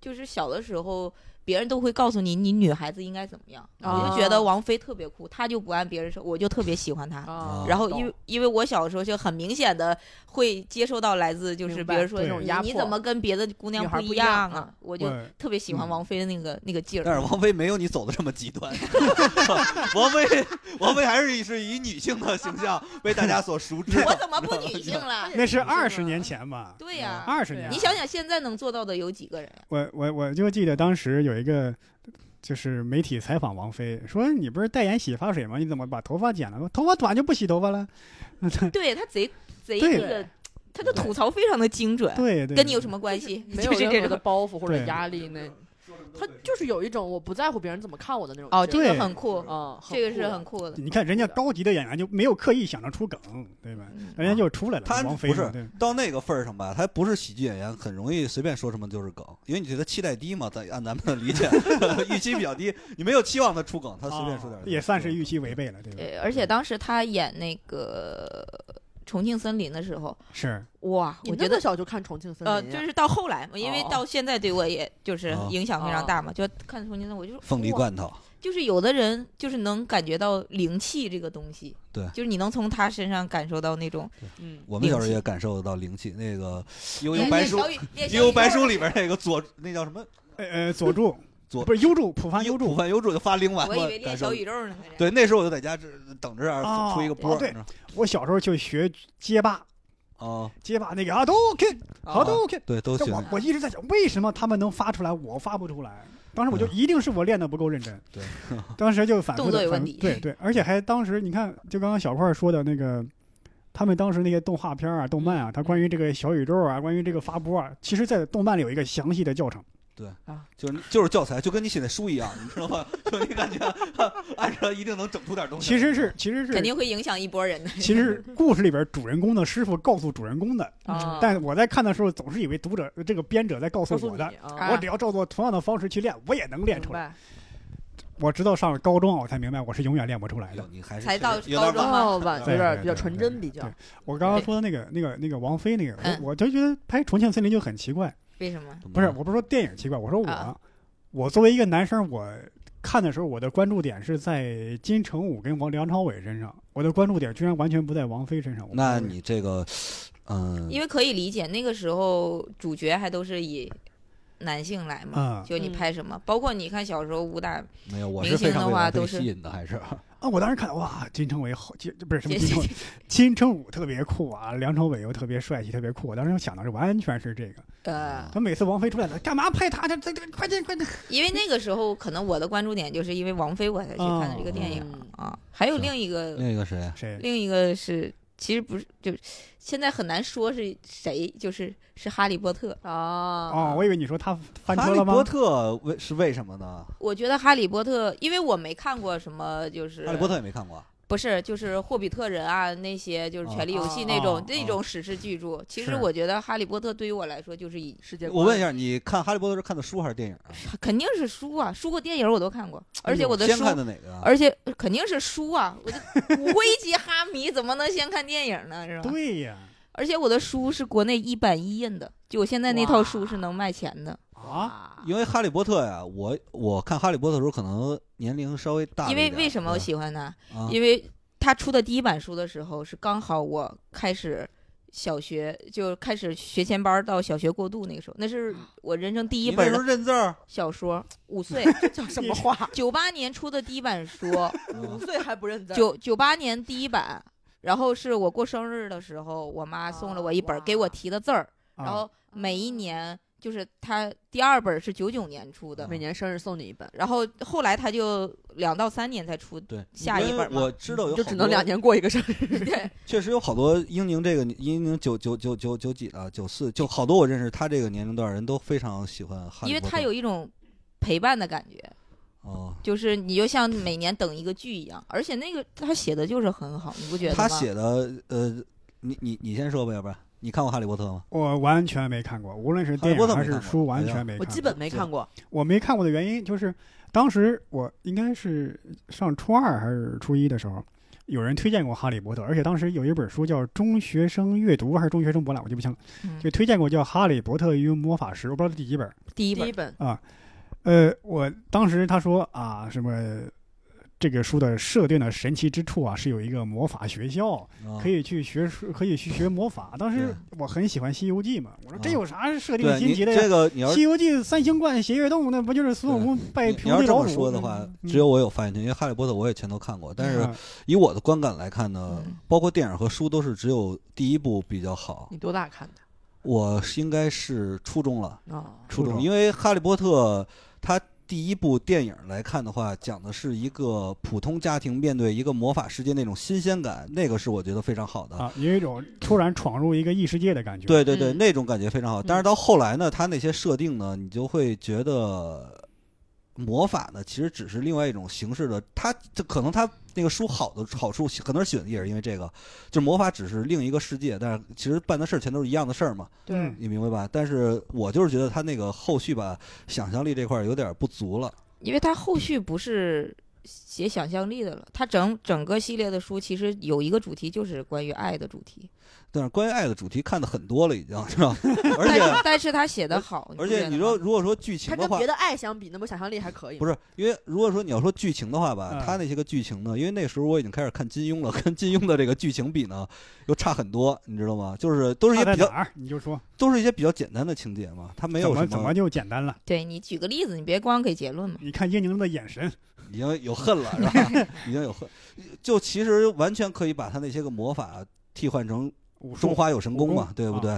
就是小的时候别人都会告诉你你女孩子应该怎么样，我就觉得哦王菲特别酷，她就不按别人说，我就特别喜欢她。啊，然后懂因为因为我小时候就很明显的会接受到来自就是明别白人说对那种压你迫怎么跟别的姑娘女孩一不一样啊啊，我就我特别喜欢嗯王菲的那个那个劲儿。 但是王菲没有你走的这么极端，王菲王菲还是以是以女性的形象为大家所熟知。 我怎么不女性了？那是二啊十年前吧？啊对呀、二十年，你想想现在能做到的有几个人啊？我我我就记得当时有一个就是媒体采访王菲，说你不是代言洗发水吗？你怎么把头发剪了？头发短就不洗头发了？对他贼贼对那个，他的吐槽非常的精准，对对，跟你有什么关系？没有就是任这何的种包袱或者对压力，那他就是有一种我不在乎别人怎么看我的那种哦，劲这儿个对很酷，嗯，这个是酷很酷的。你看人家高级的演员就没有刻意想着出梗，对吧？嗯人家就出来了。他王菲不嘛是对到那个份儿上吧，他不是喜剧演员，很容易随便说什么就是梗，因为你觉得期待低嘛，咱按咱们的理解， 预期比较低，你没有期望他出梗，他随便说点哦儿、也算是预期违背了，对吧？对，而且当时他演那个《重庆森林》的时候，是哇，你我觉那么得。小就看重庆森林呃，啊，就是到后来，因为哦到现在对我也就是哦影响非常大嘛，就看《重庆森林》，我就说凤梨哇罐头，就是有的人就是能感觉到灵气这个东西，对就是你能从他身上感受到那种嗯，我们小时候也感受得到灵气。那个《悠练悠白书》《练小悠悠宇白宙书》里边那个佐，那叫什么？呃呃，佐助 佐不是优助，浦帆优优助助。范优助就发灵丸 我嘛以为，练感小受。宇宙呢，对，那时候我就在家这等着啊哦出一个波哦儿，对你知道吗我小时候就学街霸，哦，街霸那个啊都 OK，好啊都 OK。对，都但行。我我一直在想，为什么他们能发出来，我发不出来？当时我就嗯一定是我练的不够认真。对，当时就 反复动作的有问反复题对对，而且还当时你看，就刚刚小块儿说的那个，他们当时那些动画片儿啊、动漫啊，嗯它关于这个小宇宙啊，关于这个发波啊，其实在动漫里有一个详细的教程。就是就是教材，就跟你写的书一样，你知道吗？ 就你感觉按照一定能整出点东西。其实是其实肯是定会影响一波人 的。其实是故事里边主人公的师傅告诉主人公的，嗯哦啊但我在看的时候总是以为读者这个编者在告诉告诉我你的。啊，啊我只要照做同样的方式去练，我也能练明出来。白我直到上了高中啊，我才明白我是永远练不出哎来的呦。你还是才到有高点中晚。 哦，晚有对点对比较对纯对真，比较对我刚刚说的那个、那个、那个王菲那个，嗯我我就觉得拍《重庆森林》就很奇怪。为什么？不是，嗯我不是说电影奇怪，我说我，啊我作为一个男生，我看的时候，我的关注点是在金城武跟王梁朝伟身上，我的关注点居然完全不在王菲身上。我不那知道为你这个，嗯，因为可以理解，那个时候主角还都是以男性来嘛，啊就你嗯拍什么，包括你看小时候武打，没有，我明是非星常的非话常被都吸是引的，还是啊！我当时看哇，金城武好，金不是什么也金城武 也，金城武特别酷啊，梁朝伟又特别帅气，特别酷。我当时想的是完全是这个。呃，他每次王菲出来了，干嘛拍他？这这这，快进快进！因为那个时候可能我的关注点就是因为王菲我才去看的这个电影嗯啊，还有是另一个嗯那个谁，谁？另一个是，其实不是，就是现在很难说是谁，就是是哈利波特。啊哦，我以为你说他 翻哈车利了波吗？特为是为什么呢？我觉得哈利波特，因为我没看过什么，就是哈利波特也没看过啊，不是就是霍比特人啊那些，就是啊权力游戏啊那种、啊那种史诗巨著。其实是我觉得哈利波特对于我来说就是以世界观，我问一下，你看哈利波特是看的书还是电影啊？肯定是书啊，书和电影我都看过，而且我的哎先书。看的哪个啊？而且肯定是书啊！我 这骨灰级哈迷怎么能先看电影呢？是吧？对呀，而且我的书是国内一版一印的，就我现在那套哇书是能卖钱的。啊，啊因为哈利波特呀，我我看哈利波特的时候可能年龄稍微大了一因点，为为什么我对喜欢它？啊因为他出的第一版书的时候是刚好我开始小学，就开始学前班到小学过渡那个时候，那是我人生第一啊你那本时候认字 儿，小说，五 岁，这叫什么话？九八年出的第一版书，嗯五岁还不认字儿，九九八年第一版。然后是我过生日的时候，我妈送了我一本啊给我提的字儿，啊嗯然哦后每一年就是他第二本是九九年出的嗯每，年生日送你一本，然后后来他就两到三年才出，对，下一因为本嘛我知道有就好只能多两，年过一个生日。 对，确实有好多英宁这个英宁九九九九九几啊，九四就好多我认识他这个年龄段人都非常喜欢哈利波特，因为他有一种陪伴的感觉，哦，就是你就像每年等一个剧一样，而且那个他写的就是很好，你不觉得吗？他写的呃，你你你先说吧，要不然你看过哈利波特吗？我完全没看过，无论是哈利电波影特还没是看过书，完哎呀全没看我过。基本没对看过，我没看过的原因就是，当时我应该是上初二还是初一的时候，有人推荐过《哈利波特》，而且当时有一本书叫《中学生阅读》还是《中学生博览》，我记不清了，嗯就推荐过叫《哈利波特与魔法石》，我不知道第几本。第一第本一本呃，我当时他说啊，什么这个书的设定的神奇之处啊，是有一个魔法学校，啊可以去学术，可以去学魔法。当时对我很喜欢《西游记》嘛，我说这啊有啥设定对新你奇的呀？这个你要《是西游记》三星冠斜月洞，那不就是孙悟空拜你你平要头这老么虎说的话嗯，只有我有发言权，因为哈利波特我也全都看过，但是嗯以我的观感来看呢嗯，包括电影和书都是只有第一部比较好。你多大看的？我是应该是初中了，啊，初中因为《哈利波特》它第一部电影来看的话，讲的是一个普通家庭面对一个魔法世界那种新鲜感，那个是我觉得非常好的。啊，有一种突然闯入一个异世界的感觉。，对对对，嗯那种感觉非常好。但是到后来呢，它那些设定呢，你就会觉得魔法呢，其实只是另外一种形式的。它这可能它那个书好的好处，很多人喜欢也是因为这个，就是魔法只是另一个世界，但是其实办的事儿全都是一样的事儿嘛。嗯你明白吧？但是我就是觉得他那个后续吧，想象力这块儿有点不足了。因为他后续不是写想象力的了，他整整个系列的书其实有一个主题就是关于爱的主题，但是关于爱的主题看的很多了，已经是吧？ 而但是且但是他写的好，而不觉且得你吗说，如果说剧情它的啊跟话别，的爱相比，那不想象力还可以不吗？是因为如果说你要说剧情的话吧嗯，他那些个剧情呢，因为那时候我已经开始看金庸了，跟金庸的这个剧情比呢，又差很多，你知道吗？就是都是一他在些比哪较儿？你就说都是一些比较简单的情节嘛，他没怎有么什怎么就简单了？对你举个例子，你别光给结论嘛。你看叶宁的眼神，已经有恨了，是吧？ 已经有恨，就其实完全可以把他那些个魔法替换成武中术华有神功嘛，对不对？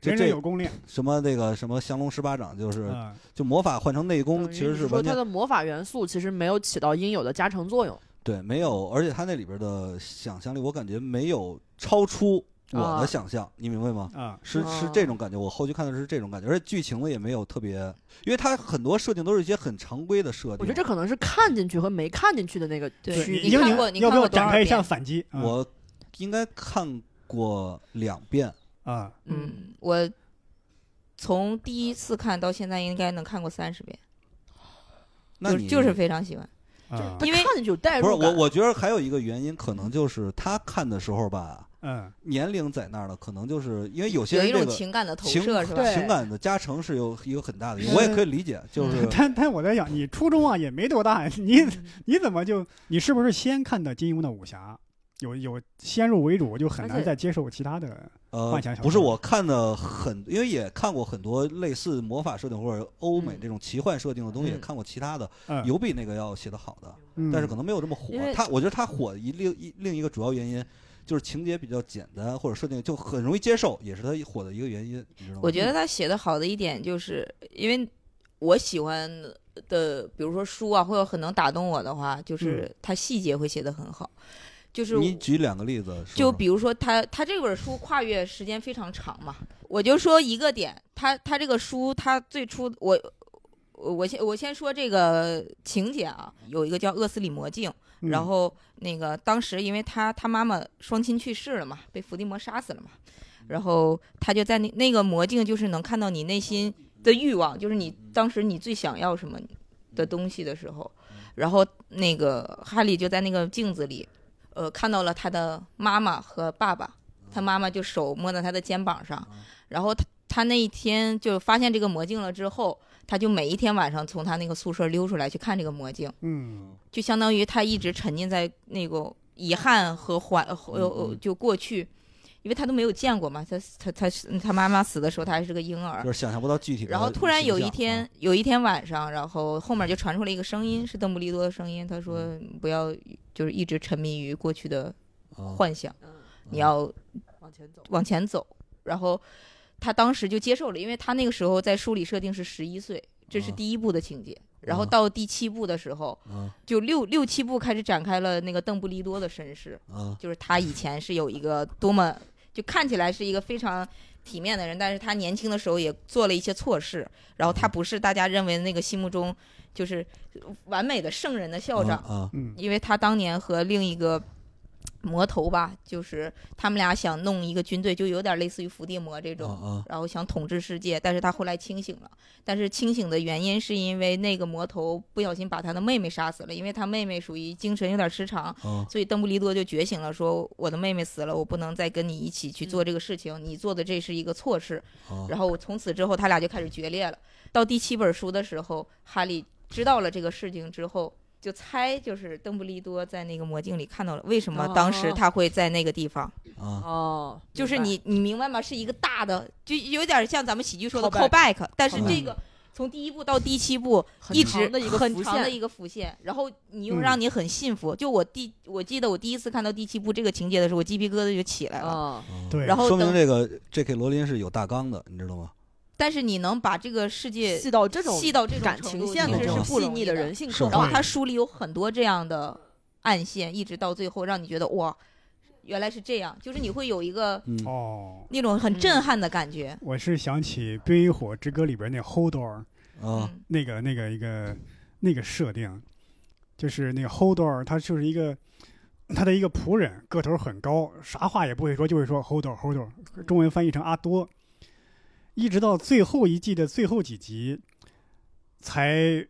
就人人这有攻略。什么那个什么降龙十八掌，就是嗯，就魔法换成内功，等于其实你是说完它全的魔法元素其实没有起到应有的加成作用。对没有，而且他那里边的想象力，我感觉没有超出我啊的想象，你明白吗？啊，是是啊这种感觉，我后期看的是这种感觉，而且剧情呢也没有特别，因为它很多设定都是一些很常规的设定。我觉得这可能是看进去和没看进去的那个对区你英别。看宁过你要不看要过多展少开一下遍反击？嗯我应该看过两遍，啊，嗯，我从第一次看到现在，应该能看过三十遍，那就你就是非常喜欢。啊它因为看进去有代入不是感。我？我觉得还有一个原因，可能就是他看的时候吧，嗯，年龄在那儿了，可能就是因为有些有人一这种个情感的投情啊射是吧？对情感的加成是有一个很大的，是嗯我也可以理解， 就是但但我在想，你初中啊也没多大，你你怎么就你是不是先看的金庸的武侠，有有先入为主，就很而难且再接受其他的。呃幻想小，不是说我看的很，因为也看过很多类似魔法设定或者欧美嗯这种奇幻设定的东西，也嗯看过其他的，嗯，有比那个要写的好的，嗯，但是可能没有这么火因为。它我觉得它火一另一另一个主要原因就是情节比较简单，或者设定就很容易接受，也是它火的一个原因，你知道吗？我觉得他写的好的一点，就是因为我喜欢的，比如说书啊，或者很能打动我的话，就是他细节会写的很好。就是嗯你举两个例子，说就说比如说他他这本书跨越时间非常长嘛，我就说一个点，他他这个书他最初我。我我先我先说这个情节啊，有一个叫厄斯里魔镜，嗯然后那个当时因为他他妈妈双亲去世了嘛，被伏地魔杀死了嘛，然后他就在那那个魔镜就是能看到你内心的欲望，就是你当时你最想要什么的东西的时候，然后那个哈利就在那个镜子里，呃，看到了他的妈妈和爸爸，他妈妈就手摸到他的肩膀上，然后他他那一天就发现这个魔镜了之后，他就每一天晚上从他那个宿舍溜出来去看这个魔镜。嗯就相当于他一直沉浸在那个遗憾和怀呃嗯呃就过去，因为他都没有见过嘛，他他他他妈妈死的时候他还是个婴儿就，是想象不到具体的形然象。嗯后突然有一天有一天晚上，然后后面就传出来一个声音，是邓布利多的声音，他说嗯不要就是一直沉迷于过去的啊，幻想，嗯，你要往前走，往前走，然后他当时就接受了，因为他那个时候在书里设定是十一岁，这是啊第一部的情节，然后啊到第七部的时候。啊就六六七部开始展开了那个邓布利多的身世，啊就是他以前是有一个多么就看起来是一个非常体面的人，但是他年轻的时候也做了一些错事，然后他不是大家认为那个心目中就是完美的圣人的校长，啊嗯因为他当年和另一个魔头吧，就是他们俩想弄一个军队，就有点类似于伏地魔这啊种，啊然后想统治世界，但是他后来清醒了，但是清醒的原因是因为那个魔头不小心把他的妹妹杀死了，因为他妹妹属于精神有点失常，啊所以邓布利多就觉醒了，说我的妹妹死了，我不能再跟你一起去做这个事情，你做的这是一个错事。啊！然后从此之后，他俩就开始决裂了。到第七本书的时候，哈利知道了这个事情之后。就猜就是邓布利多在那个魔镜里看到了，为什么当时哦他会在那个地方？啊哦，就是明白你你明白吗？是一个大的，就有点像咱们喜剧说的 Callback callback，但是 Callback 这个从第一部到第七部很一长直的一个很浮长的现一个浮现，然后你又嗯让你很信服。就我第我记得我第一次看到第七部这个情节的时候，我鸡皮疙瘩就起来了。啊，啊对然后说明等这个 J.K. 罗琳是有大纲的，你知道吗？但是你能把这个世界细到这种细到这种感程情度线的其实这种是不细容腻易的的人性是刻然后画，对他书里有很多这样的暗线，一直到最后让你觉得哇，原来是这样，就是你会有一个嗯，哦，那种嗯很震撼的感觉。我是想起《冰与火之歌》里边那 Hodor 啊嗯那个那个一个那个设定，就是那个 Hodor，他就是一个他的一个仆人，个头很高，啥话也不会说，就会说 Hodor Hodor，中文翻译成阿多。一直到最后一季的最后几集，才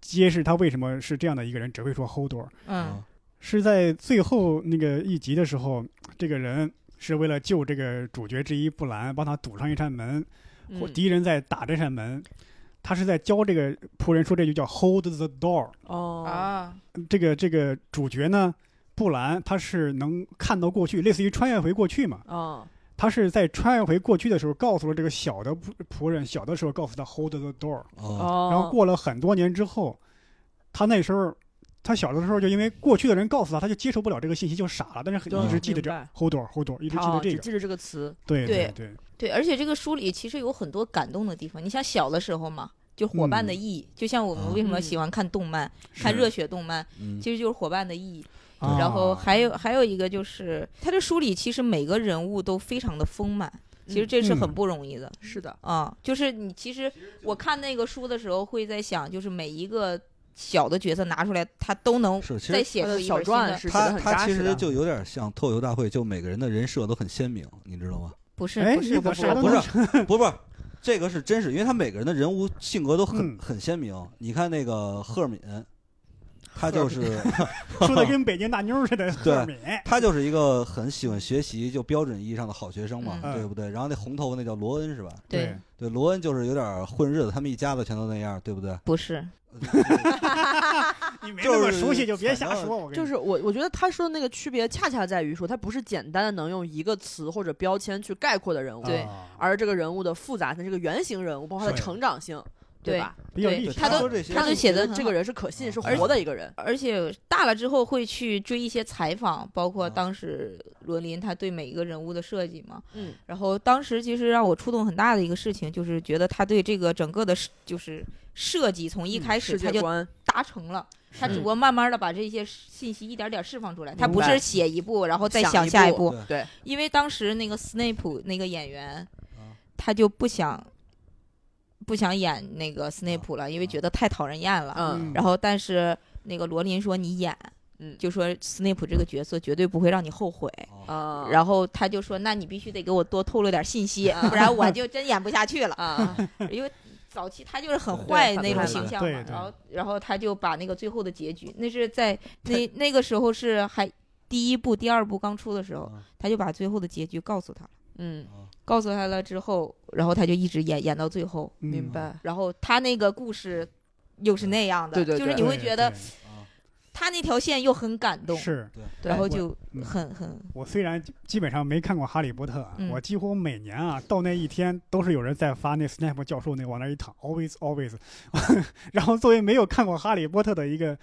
揭示他为什么是这样的一个人，只会说 Hodor。嗯啊是在最后那个一集的时候，这个人是为了救这个主角之一布兰，帮他堵上一扇门，或嗯敌人在打这扇门，他是在教这个仆人说这句叫 “hold the door”。哦，啊，这个这个主角呢，布兰他是能看到过去，类似于穿越回过去嘛。哦，他是在穿越回过去的时候，告诉了这个小的仆仆人，小的时候告诉他 “hold the door”。嗯啊哦，然后过了很多年之后，他那时候，他小的时候就因为过去的人告诉他，他就接受不了这个信息，就傻了。但是哦对一直记得这明白 hold on hold on，一直记得他哦这只个。记着这个词，对对对，对，而且这个书里其实有很多感动的地方。你像小的时候嘛，就伙伴的嗯意义，就像我啊们为什嗯么喜欢看动漫、看是热血动漫，嗯其实就是伙伴的意义。啊然后还有还有一个就是，他这书里其实每个人物都非常的丰满，其实嗯这是很嗯不容易的。是的，啊，就是你其实我看那个书的时候，会在想，就是每一个小的角色拿出来，他都能是其实再写他出的一呃小本新传的。是写的他很他扎其实实的，就有点像脱口秀大会，就每个人的人设都很鲜明，你知道吗？不是哎，不你是怎么不是啥都不能是不是不是，这个是真实，因为他每个人的人物性格都很、嗯很鲜明。你看那个赫敏，他赫就敏是说的跟北京大妞儿似的，对赫敏。他就是一个很喜欢学习，就标准意义上的好学生嘛，嗯对不对？然后那红头发那叫罗恩是吧？对，对，罗恩就是有点混日子，他们一家子全都那样，对不对？不是你没就那么是熟悉就别反瞎正说，我跟你就是我，我觉得他说的那个区别，恰恰在于说，他不是简单的能用一个词或者标签去概括的人物，说对啊而这个人物的复杂性、这个原型人物，包括他的是成长性，对对吧？比较对立体他化都说这些他都就写觉得得很这好个人是可信、是嗯而活的一个人。而且大了之后会去追一些采访，包啊括当时罗琳他对每一个人物的设计嘛。嗯，然后当时其实让我触动很大的一个事情，就是觉得他对这个整个的设，就是设计从一开始嗯世他界就观，达成了。他只是不过慢慢的把这些信息一点点释放出来，他明不白是写一步然后再想一下一步步，对，因为当时那个斯内普那个演员啊，他就不想不想演那个斯内普了，因啊为觉得太讨人厌了。嗯，然后但是那个罗琳说你演，嗯就说斯内普这个角色绝对不会让你后悔。啊，啊，然后他就说：“那你必须得给我多透露点信息，啊不然我就真演不下去了。啊，因为早期他就是很对坏反那种派形嘛象对嘛，对然后然后他就把那个最后的结局，那是在那那个时候是还第一部、第二部刚出的时候啊，他就把最后的结局告诉他了，嗯，告诉他了之后，然后他就一直演演到最后，嗯明白。然后他那个故事又是那样的，对对就是对你会觉嗯得对嗯他那条线又很感对动，是对然后我就嗯很很我虽然基本上没看过《哈利波特》啊，嗯我几乎每年啊到那一天都是有人在发那 Snap 教授那往那一躺，always always。然后作为没有看过《哈利波特》的一个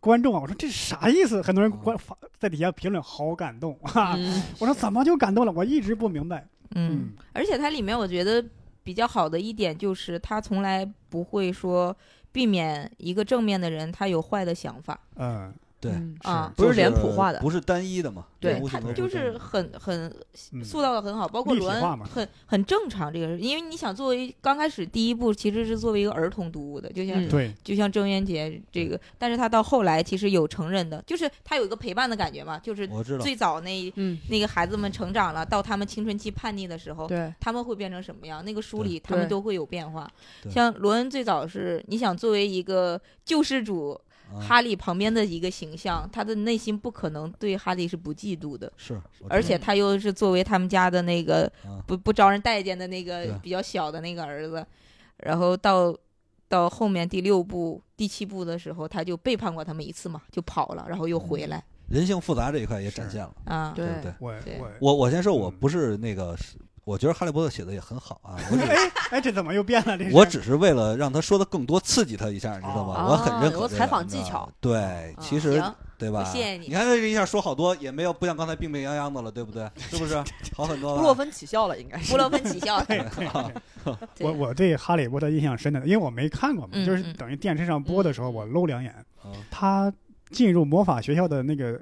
观众啊，我说这是啥意思？很多人嗯关发在底下评论，好感动啊！嗯我说怎么就感动了？我一直不明白。嗯。而且它里面我觉得比较好的一点就是，它从来不会说避免一个正面的人他有坏的想法嗯， 对嗯啊。不就是脸谱化的不是单一的嘛，对人物他性格就不单是一很很嗯塑造的很好，包括立体罗化恩嘛很很正常这个人，因为你想作为刚开始第一部其实是作为一个儿童读物的，就像嗯对，就像郑渊洁这个，但是他到后来其实有成人的，就是他有一个陪伴的感觉嘛，就是我知道，最早那嗯，那个孩子们成长了，到他们青春期叛逆的时候，对，他们会变成什么样？那个书里他对们都会有变化。对像罗恩最早是，你想作为一个救世主啊哈利旁边的一个形象，他的内心不可能对哈利是不嫉妒的，是，我知而道且他又是作为他们家的那个啊不不招人待见的那个对比较小的那个儿子，然后到。到后面第六部、第七部的时候，他就背叛过他们一次嘛，就跑了，然后又回来人性复杂这一块也展是现了，啊。对对不对？我对我我我先说，我嗯不是那个，是我觉得《哈利波特》写的也很好啊，我只哎哎，这怎么又变 了？这是我只是为了让他说的更多，刺激他一下，你知道吗？哦我很认可有这采个访你知道技巧吗。对，其实嗯 行，对吧？我谢谢你看他这一下说好多，也没有不像刚才病病殃殃的了，对不对？是不是好很多布洛了？芬起效了，应该是布洛芬起效。对 对对对我我对《哈利波特》印象深的，因为我没看过嘛，嗯就嗯是等于电视上播的时候，我搂两眼。嗯他进入魔法学校的那个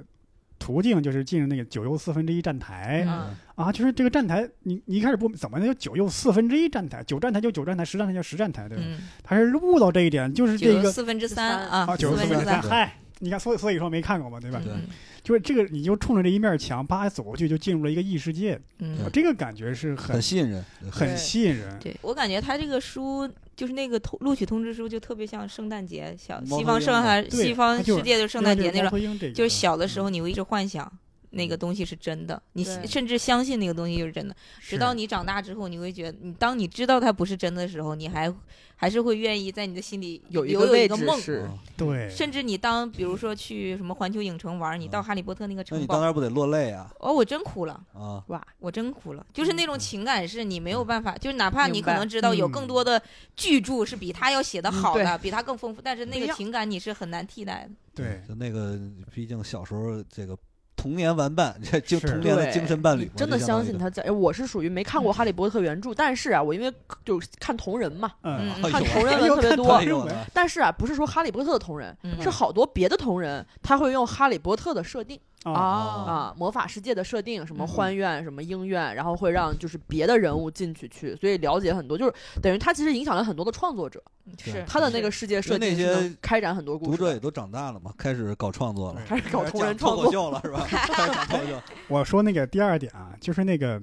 途径就是进入那个九又四分之一站台、嗯啊，就是这个站台，你你一开始不怎么能有九又四分之一站台，九站台就九站台，十站台就十站台，对吧？嗯，他是悟到这一点，就是这九个四分之三三啊，啊，九又分四分分之之三，之三嗨，你看，所以所以说没看过嘛，对吧？对嗯就是这个，你就冲着这一面墙，叭走过去，就进入了一个异世界，啊嗯，这个感觉是很很吸引人，很吸引人。对我感觉他这个书就是那个通录取通知书，就特别像圣诞节，小猫头西方鹰圣嘛诞对西方它就是世界的圣诞节那种，种就是小的时候嗯你会一直幻想那个东西是真的，你对甚至相信那个东西就是真的，直到你长大之后，你会觉得，你当你知道它不是真的时候，你还还是会愿意在你的心里有一留个有位一个置梦。是啊对，甚至你当，比如说去什么环球影城玩，你到嗯哈利波特那个那城你当堡，然不得落泪啊哦，我真哭了。啊！哇，我真哭了，就是那种嗯情感是你没有办法，就是哪怕你明可白能知道有嗯更多的巨著是比他要写的好的，比他更丰富，但是不那一个样情感你是很难替代的。对，嗯就那个，毕竟小时候这个童年玩伴，这就是童年的对精神伴侣你嘛，真就的相当相于嗯信一他在。哎我是属于没看过《哈利波特》原著，但是啊，我因为就是看同人嘛，嗯，嗯个。看哎呦同人哎文呦特别看我同多哎。人呦我文的但是啊，不是说《哈利波特》的同人，嗯是好多别的同人，他会用《哈利波特》的设定哦啊，啊，魔法世界的设定，什么嗯欢院，什么鹰院，然后会让就是别的人物进去去，所以了解很多，就是等于他其实影响了很多的创作者，嗯是他的那个是世界设因为定那是些能开展很多故读事者也的。都长大了嘛，开始搞创作了，哦对还是搞开始同人讲创脱口作，秀了是 吧？开始讲脱口秀，我说那个第二点啊，就是那个，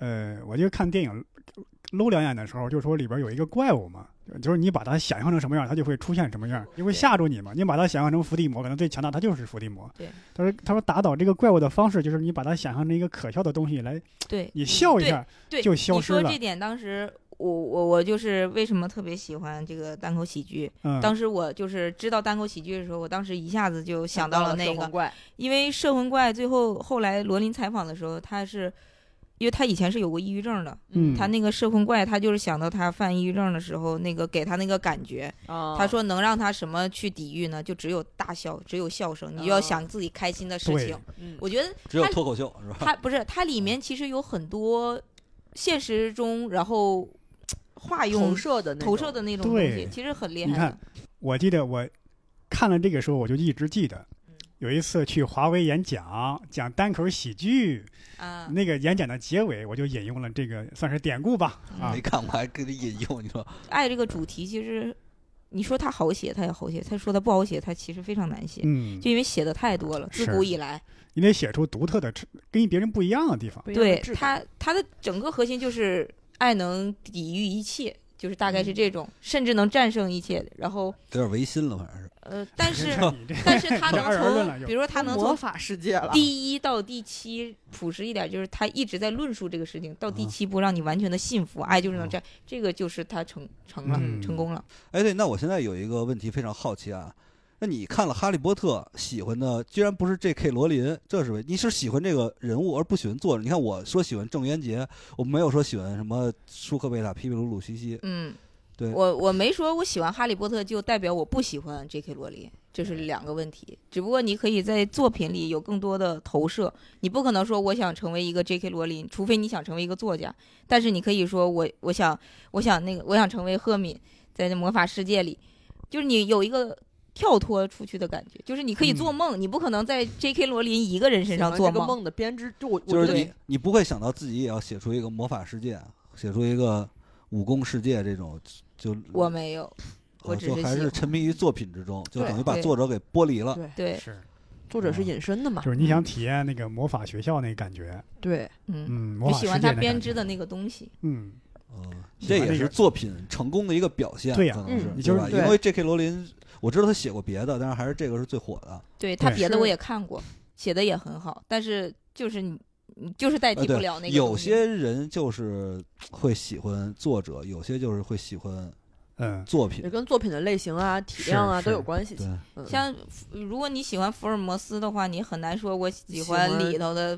呃，我就看电影搂两眼的时候，就说里边有一个怪物嘛，就是你把它想象成什么样，它就会出现什么样，就会吓住你嘛。你把它想象成伏地魔，可能最强大，它就是伏地魔。对，他说他说打倒这个怪物的方式就是你把它想象成一个可笑的东西来，对你笑一下对，就你消失说了这点当时我我我就是为什么特别喜欢这个单口喜剧？嗯，当时我就是知道单口喜剧的时候，我当时一下子就想到了那个，怪，因为《摄魂怪》最后后来罗琳采访的时候，他是，因为他以前是有过抑郁症的，嗯他那个《摄魂怪》，他就是想到他犯抑郁症的时候，那个给他那个感觉，他他说能让他什么去抵御呢？就只有大笑，只有笑声，你哦就要想自己开心的事对情。我觉得只有脱口秀是吧？它不是它里面其实有很多现实中，然后化用投射的那投射种嗯的那种东对西，其实很厉害你看的。我记得我看了这个时候，我就一直记得嗯，有一次去华为演讲，讲单口喜剧，啊，那个演讲的结尾，我就引用了这个算是典故吧，啊没，看，我还给你引用，你说爱这个主题，其实你说它好写，它也好写；他说它不好写，它其实非常难写，嗯，就因为写的太多了，自是古以来。你得写出独特的、跟别人不一样的地方。不一样的对质感，它，它的整个核心就是爱能抵御一切，就是大嗯概是这种，甚至能战胜一切。然后，有点违心了，反正是。呃，但是 你这但是 它这二元论能了从，又比如说它能从魔法世界了，第一到第七，朴实一点，就是他一直在论述这个事情。到嗯第七步，让你完全的信服，爱就是能这样，这个就是他成成了，嗯成功了。哎，对，那我现在有一个问题非常好奇啊，那你看了《哈利波特》，喜欢的居然不是 J.K. 罗琳，这是为你是喜欢这个人物而不喜欢作者？你看我说喜欢郑渊洁，我没有说喜欢什么舒克贝塔、皮皮鲁鲁西西，嗯，对我我没说我喜欢哈利波特就代表我不喜欢 J.K. 罗琳，这是两个问题。只不过你可以在作品里有更多的投射，你不可能说我想成为一个 J.K. 罗琳，除非你想成为一个作家。但是你可以说我我想我想那个我想成为赫敏，在那魔法世界里，就是你有一个。跳脱出去的感觉，就是你可以做梦，你不可能在 J.K. 罗琳一个人身上喜做欢这个梦。梦的编织，就我就我是觉你得你不会想到自己也要写出一个魔法世界，写出一个武功世界这种，就我没有，啊我只就是还喜是欢沉迷于作品之中，就对等于把对作者给剥离了。对对，是，作嗯者是隐身的嘛，就是你想体验那个魔法学校那个感觉，对，嗯，嗯，魔我法世喜界欢那感他觉编织的，那个东西。嗯，嗯，喜这欢也那是个作品成功的一个表现，对呀可能是嗯对就是吧对因为 J.K. 罗琳，我知道他写过别的，但是还是这个是最火的。对他对别的是我也看过，写的也很好，但是就是你你就是代替呃对不了那个有东西、些人就是会喜欢作者，有些就是会喜欢嗯，作也品。跟作品的类型啊、体量啊是都有是关系。对，嗯像如果你喜欢福尔摩斯的话，你很难说我喜喜欢欢里头的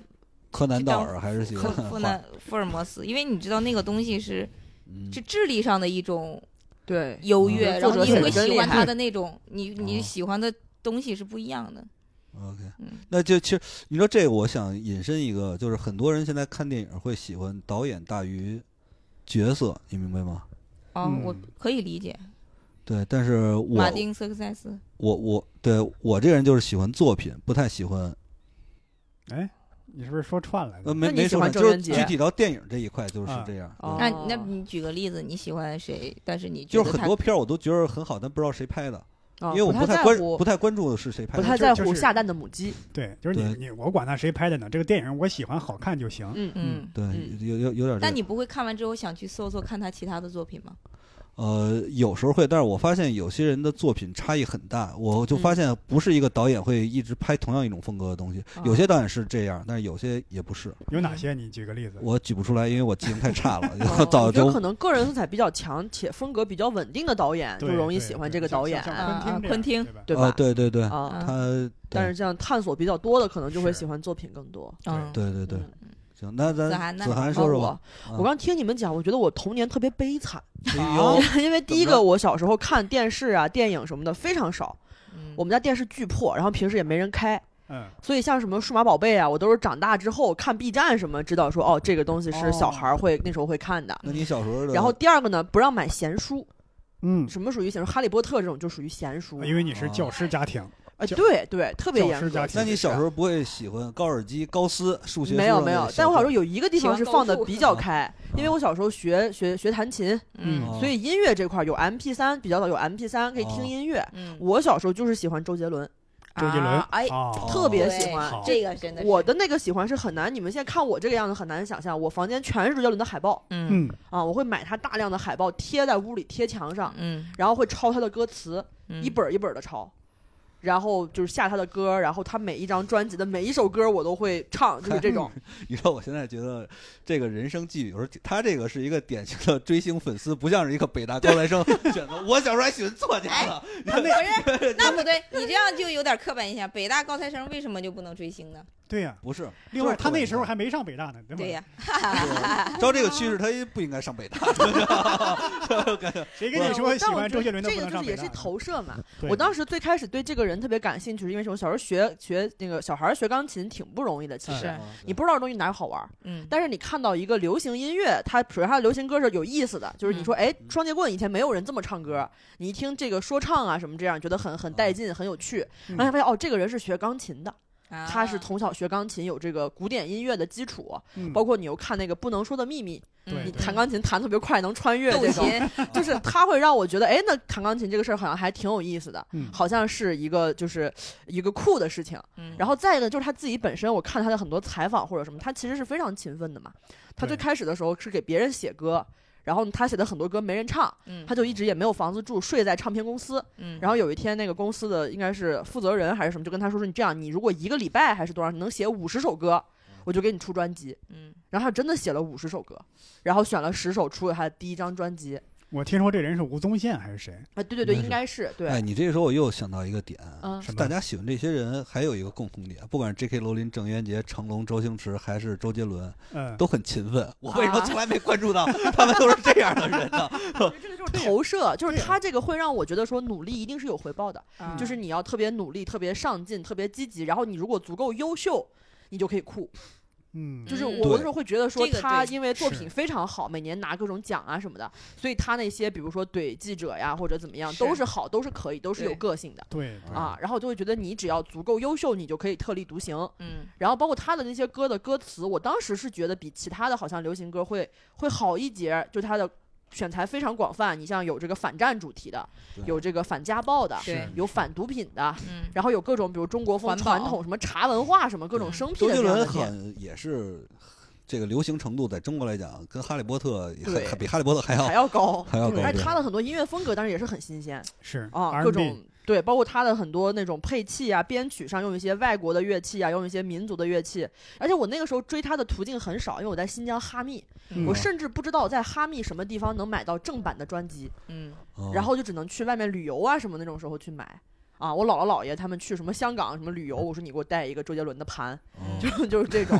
柯南就道当尔还是喜柯欢柯画南福尔摩斯，因为你知道那个东西是嗯是智力上的一种对，优嗯越，嗯然作后者你写得会真喜厉欢他害的那种，你你哦喜欢的东西是不一样的。 OK，嗯那就其实你说这个，我想引申一个，就是很多人现在看电影会喜欢导演大于角色，你明白吗？啊、我嗯可以理解。对，但是我马丁·瑟克塞斯，我我对我这人就是喜欢作品，不太喜欢哎，你是不是说串了？呃嗯没那你没喜说呢欢郑就是渊洁具体到电影这一块就是啊这样。哦那那你举个例子，你喜欢谁？但是你对就觉得是很他多片儿我都觉得很好，但不知道谁拍的，啊因为我不不太在关乎，不太关注是谁拍不的。太就在就乎是下蛋的母鸡。对，就是你对你我管他谁拍的呢，这个电影我喜欢好看就行。嗯嗯。对嗯，有有有点这但个。你不会看完之后想去搜搜看他其他的作品吗？呃，有时候会，但是我发现有些人的作品差异很大，我就发嗯现不是一个导演会一直拍同样一种风格的东西。哦有些导演是这样，但是有些也不是。有哪些？你举个例子。我举不出来，因为我记性太差了， 哦啊早我觉就得可能个人色彩比较强且风格比较稳定的导演，就对容易对喜欢对这个像导演，像啊啊像昆昆汀汀这样，对吧？对吧？啊，对对对，啊，啊，他但是这样探索比较多的，可能就会是喜欢作品更多。嗯，对对对嗯，行，那咱子涵呢子然涵后说说我吧。，啊我刚听你们讲，我觉得我童年特别悲惨，哎呦， 因为第一怎么个，着我小时候看电视啊、电影什么的非常少，嗯我们家电视巨破，然后平时也没人开，嗯，所以像什么数码宝贝啊，我都是长大之后看 B 站什么，知道说哦，这个东西是小孩儿会、那时候会看的。那你小时候的，然后第二个呢，不让买闲书，嗯，啊什么属于闲书？哈利波特这种就属于闲哦书。因为你是教师家庭，哎，教对对，特别教严师家格。庭那你小时候不会喜欢高尔基、高斯数学书没有上没的有小，但我小时说候有一个地方是放的比较开，因为我小时候学学学弹琴，嗯哦所以音乐这块儿有 M P 三，比较早有 M P 三可以哦听音乐。嗯，我小时候就是喜欢周杰伦，周杰伦啊，哎，哦特别喜欢好。这个真的是我的那个喜欢是很难，你们现在看我这个样子很难想象，我房间全是周杰伦的海报嗯嗯，啊，我会买他大量的海报贴在屋里贴墙上，嗯然后会抄他的歌词，嗯一本儿一本的抄。然后就是下他的歌，然后他每一张专辑的每一首歌我都会唱，就是 这种。你知道我现在觉得这个人生际遇，有时候他这个是一个典型的追星粉丝，不像是一个北大高材 生选择。我小时候还喜欢作家呢， 哎不是，那不对，你这样就有点刻板印象。北大高材生为什么就不能追星呢？对呀、不是 另外，他那时候还没上北大呢，对吧？对呀、照这个趋势，他不应该上北大。谁跟你说喜但我欢觉周得杰伦的这不能个就上是北也大是呢？投射嘛。对我当时最开始对这个人特别感兴趣，是因为什么？小时候学学那个小孩儿学钢琴挺不容易的，其实、是你不知道这东西哪儿好玩儿，嗯，但是你看到一个流行音乐，它首先它的流行歌是有意思的，嗯就是你说，哎，双截棍以前没有人这么唱歌，你一听这个说唱啊什么这样，觉得很很带劲，很有趣，嗯然后才发现哦，这个人是学钢琴的，啊他是从小学钢琴，有这个古典音乐的基础，嗯包括你又看那个不能说的秘密，嗯对你对弹钢琴弹特别快，能穿越斗这种，琴，啊就是它会让我觉得，哎，那弹钢琴这个事儿好像还挺有意思的，嗯好像是一个就是一个酷的事情。嗯然后再一个就是他自己本身，我看他的很多采访或者什么，他其实是非常勤奋的嘛。他最对开始的时候是给别人写歌，然后他写的很多歌没人唱，嗯他就一直也没有房子住，睡在唱片公司。嗯，然后有一天，那个公司的应该是负责人还是什么，就跟他说说你这样，你如果一个礼拜还是多少，你能写五十首歌，我就给你出专辑。嗯然后他真的写了五十首歌，然后选了十首出了他的第一张专辑。我听说这人是吴宗宪还是谁？啊，对对对，应应该是对。哎，你这个时候我又想到一个点，嗯什么大家喜欢这些人还有一个共同点，不管是 J.K. 罗琳、郑渊洁、成龙、周星驰还是周杰伦，嗯，都很勤奋。我为什么啊从来没关注到他们都是这样的人呢？我觉得这个就是投射，就是对呀他这嗯个会让我觉得说努力一定是有回报的，啊就是你要特别努力、特别上进、特别积极，然后你如果足够优秀。你就可以酷，嗯，就是嗯我有时候会觉得说这个他对因为作品是非常好，每年拿各种奖啊什么的，所以他那些比如说怼记者呀或者怎么样是都是好，都是可以，都是有对个性的对对啊。然后就会觉得你只要足够优秀，你就可以特立独行。嗯然后包括他的那些歌的歌词，我当时是觉得比其他的好像流行歌会会好一截，就他的选材非常广泛。你像有这个反战主题的，对有这个反家暴的，对有反毒品的，嗯然后有各种比如中国风环保传统什么茶文化什么各种生僻周的杰这样伦的店。很也是这个流行程度，在中国来讲，跟哈利波特也对还比哈利波特还要还要高，还要高而且对他的很多音乐风格当时也是很新鲜是啊，各 R&B 种对，包括他的很多那种配器啊、编曲上用一些外国的乐器啊，用一些民族的乐器。而且我那个时候追他的途径很少，因为我在新疆哈密，嗯我甚至不知道在哈密什么地方能买到正版的专辑，嗯嗯然后就只能去外面旅游啊什么那种时候去买。啊，我姥姥姥爷他们去什么香港什么旅游，我说你给我带一个周杰伦的盘，嗯就就是这种。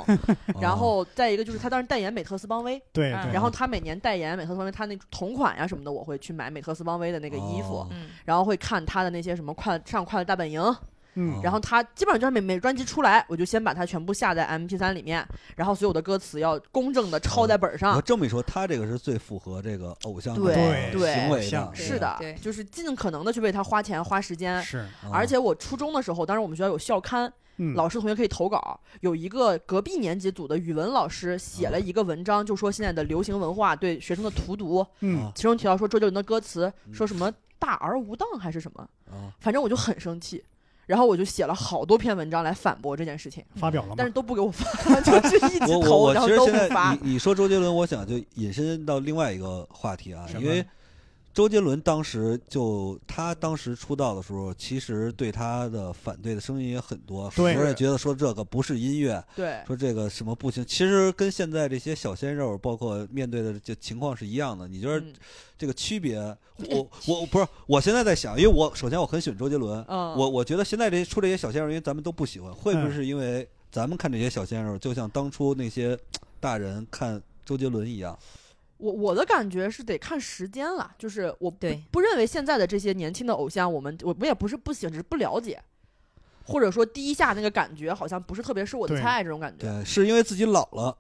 然嗯后再一个就是他当时代言美特斯邦威，对啊对，然后他每年代言美特斯邦威，他那同款呀、什么的，我会去买美特斯邦威的那个衣服，哦嗯然后会看他的那些什么快上快乐大本营，嗯然后他基本上就是每每专辑出来，我就先把它全部下在 M P 3里面，然后所有的歌词要公正的抄在本上哦我，这么一说，他这个是最符合这个偶像的啊对对行为的，像是的对，就是尽可能的去为他花钱花时间。是嗯而且我初中的时候，当时我们学校有校刊，嗯老师同学可以投稿。有一个隔壁年级组的语文老师写哦了一个文章，就说现在的流行文化对学生的荼毒，嗯其中提到说周杰伦的歌词嗯说什么“大而无当”还是什么，嗯反正我就很生气。然后我就写了好多篇文章来反驳这件事情，发表了但嘛是，都不给我发，就是一直我我投，我然其后实都现不在发。你你说周杰伦，我想就引申到另外一个话题啊，什因么为周杰伦当时就他当时出道的时候，其实对他的反对的声音也很多，很对多人觉得说这个不是音乐，对，说这个什么不行。其实跟现在这些小鲜肉，包括面对的这情况是一样的。你觉得嗯这个区别？ 我我不是，我现在在想，因为我首先我很喜欢周杰伦，嗯我我觉得现在这出这些小鲜肉，因为咱们都不喜欢，会不会嗯是因为咱们看这些小鲜肉，就像当初那些大人看周杰伦一样？我我的感觉是得看时间了，就是我不对不认为现在的这些年轻的偶像，我们我们也不是不喜欢，只是不了解，或者说第一下那个感觉好像不是特别是我的对菜这种感觉。对，是因为自己老了，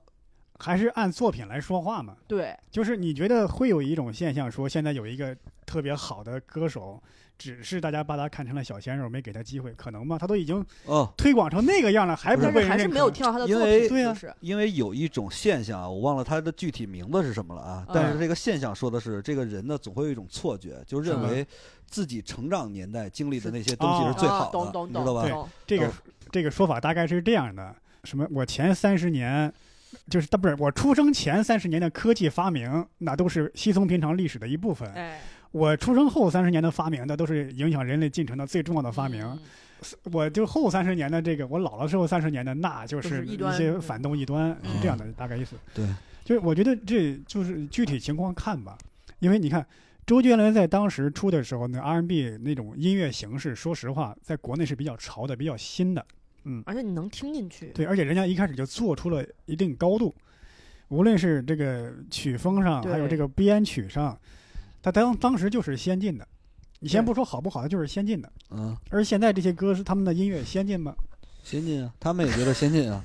还是按作品来说话嘛。对，就是你觉得会有一种现象，说现在有一个特别好的歌手，只是大家把他看成了小鲜肉，没给他机会，可能吗？他都已经嗯。推广成那个样了，还不但被是人还是认没有可。听到他的因作为品，对啊就是因为有一种现象啊，我忘了它的具体名字是什么了啊，嗯但是这个现象说的是，这个人呢总会有一种错觉，就认为自己成长年代经历的那些东西是是最好嗯啊懂的，懂你知道懂吧？懂，这个哦这个说法大概是这样的：什么？我前三十年，就是他不是我出生前三十年的科技发明，那都是稀松平常历史的一部分。哎，我出生后三十年的发明，那都是影响人类进程的最重要的发明。嗯我就后三十年的这个，我老了之后三十年的，那就就是是异一端些反动异端，嗯是这样的大概意思。对，就是我觉得这就是具体情况看吧，因为你看周杰伦在当时出的时候，那 R&B 那种音乐形式，说实话，在国内是比较潮的、比较新的，而且你能听进去，对，而且人家一开始就做出了一定高度，无论是这个曲风上，还有对这个编曲上，他当当时就是先进的。你先对不说好不好，它就是先进的。嗯，而现在这些歌是他们的音乐先进吗？先进啊，他们也觉得先进啊，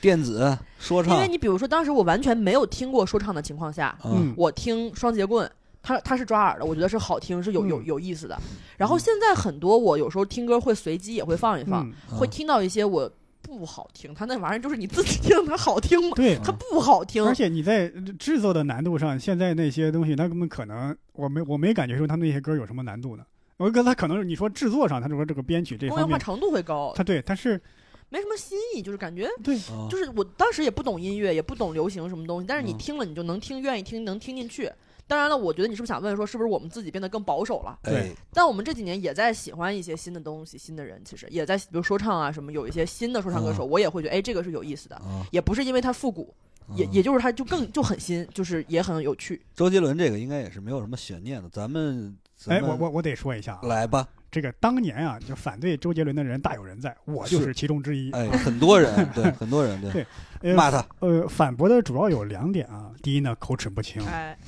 电子说唱因为，你比如说当时我完全没有听过说唱的情况下，嗯，我听双截棍，它它是抓耳的，我觉得是好听，是有有嗯有意思的。然后现在很多我有时候听歌会随机也会放一放，嗯，嗯会听到一些我不好听，它那玩意儿就是你自己听它好听吗？对，它不好听，嗯而且你在制作的难度上，现在那些东西，他们可能我没我没感觉说他们那些歌有什么难度呢。我跟他可能你说制作上，他说这个编曲这工业方化面，程度会高，他对，但是没什么新意，就是感觉对嗯就是我当时也不懂音乐，也不懂流行什么东西，但是你嗯听了你就能听，愿意听，能听进去。当然了，我觉得你是不是想问说，是不是我们自己变得更保守了？哎对，但我们这几年也在喜欢一些新的东西、新的人，其实也在比如说唱啊什么，有一些新的说唱歌嗯手，我也会觉得哎，这个是有意思的，啊，也不是因为它复古，也嗯也就是它就更就很新，就是也很有趣。周杰伦这个应该也是没有什么悬念的，咱们哎，咱我们嗯我我得说一下啊，来吧，这个当年啊，就反对周杰伦的人大有人在，我就是是其中之一。哎，很 多人对，很多人对啊对呃骂他，呃，反驳的主要有两点啊，第一呢，口齿不清，哎，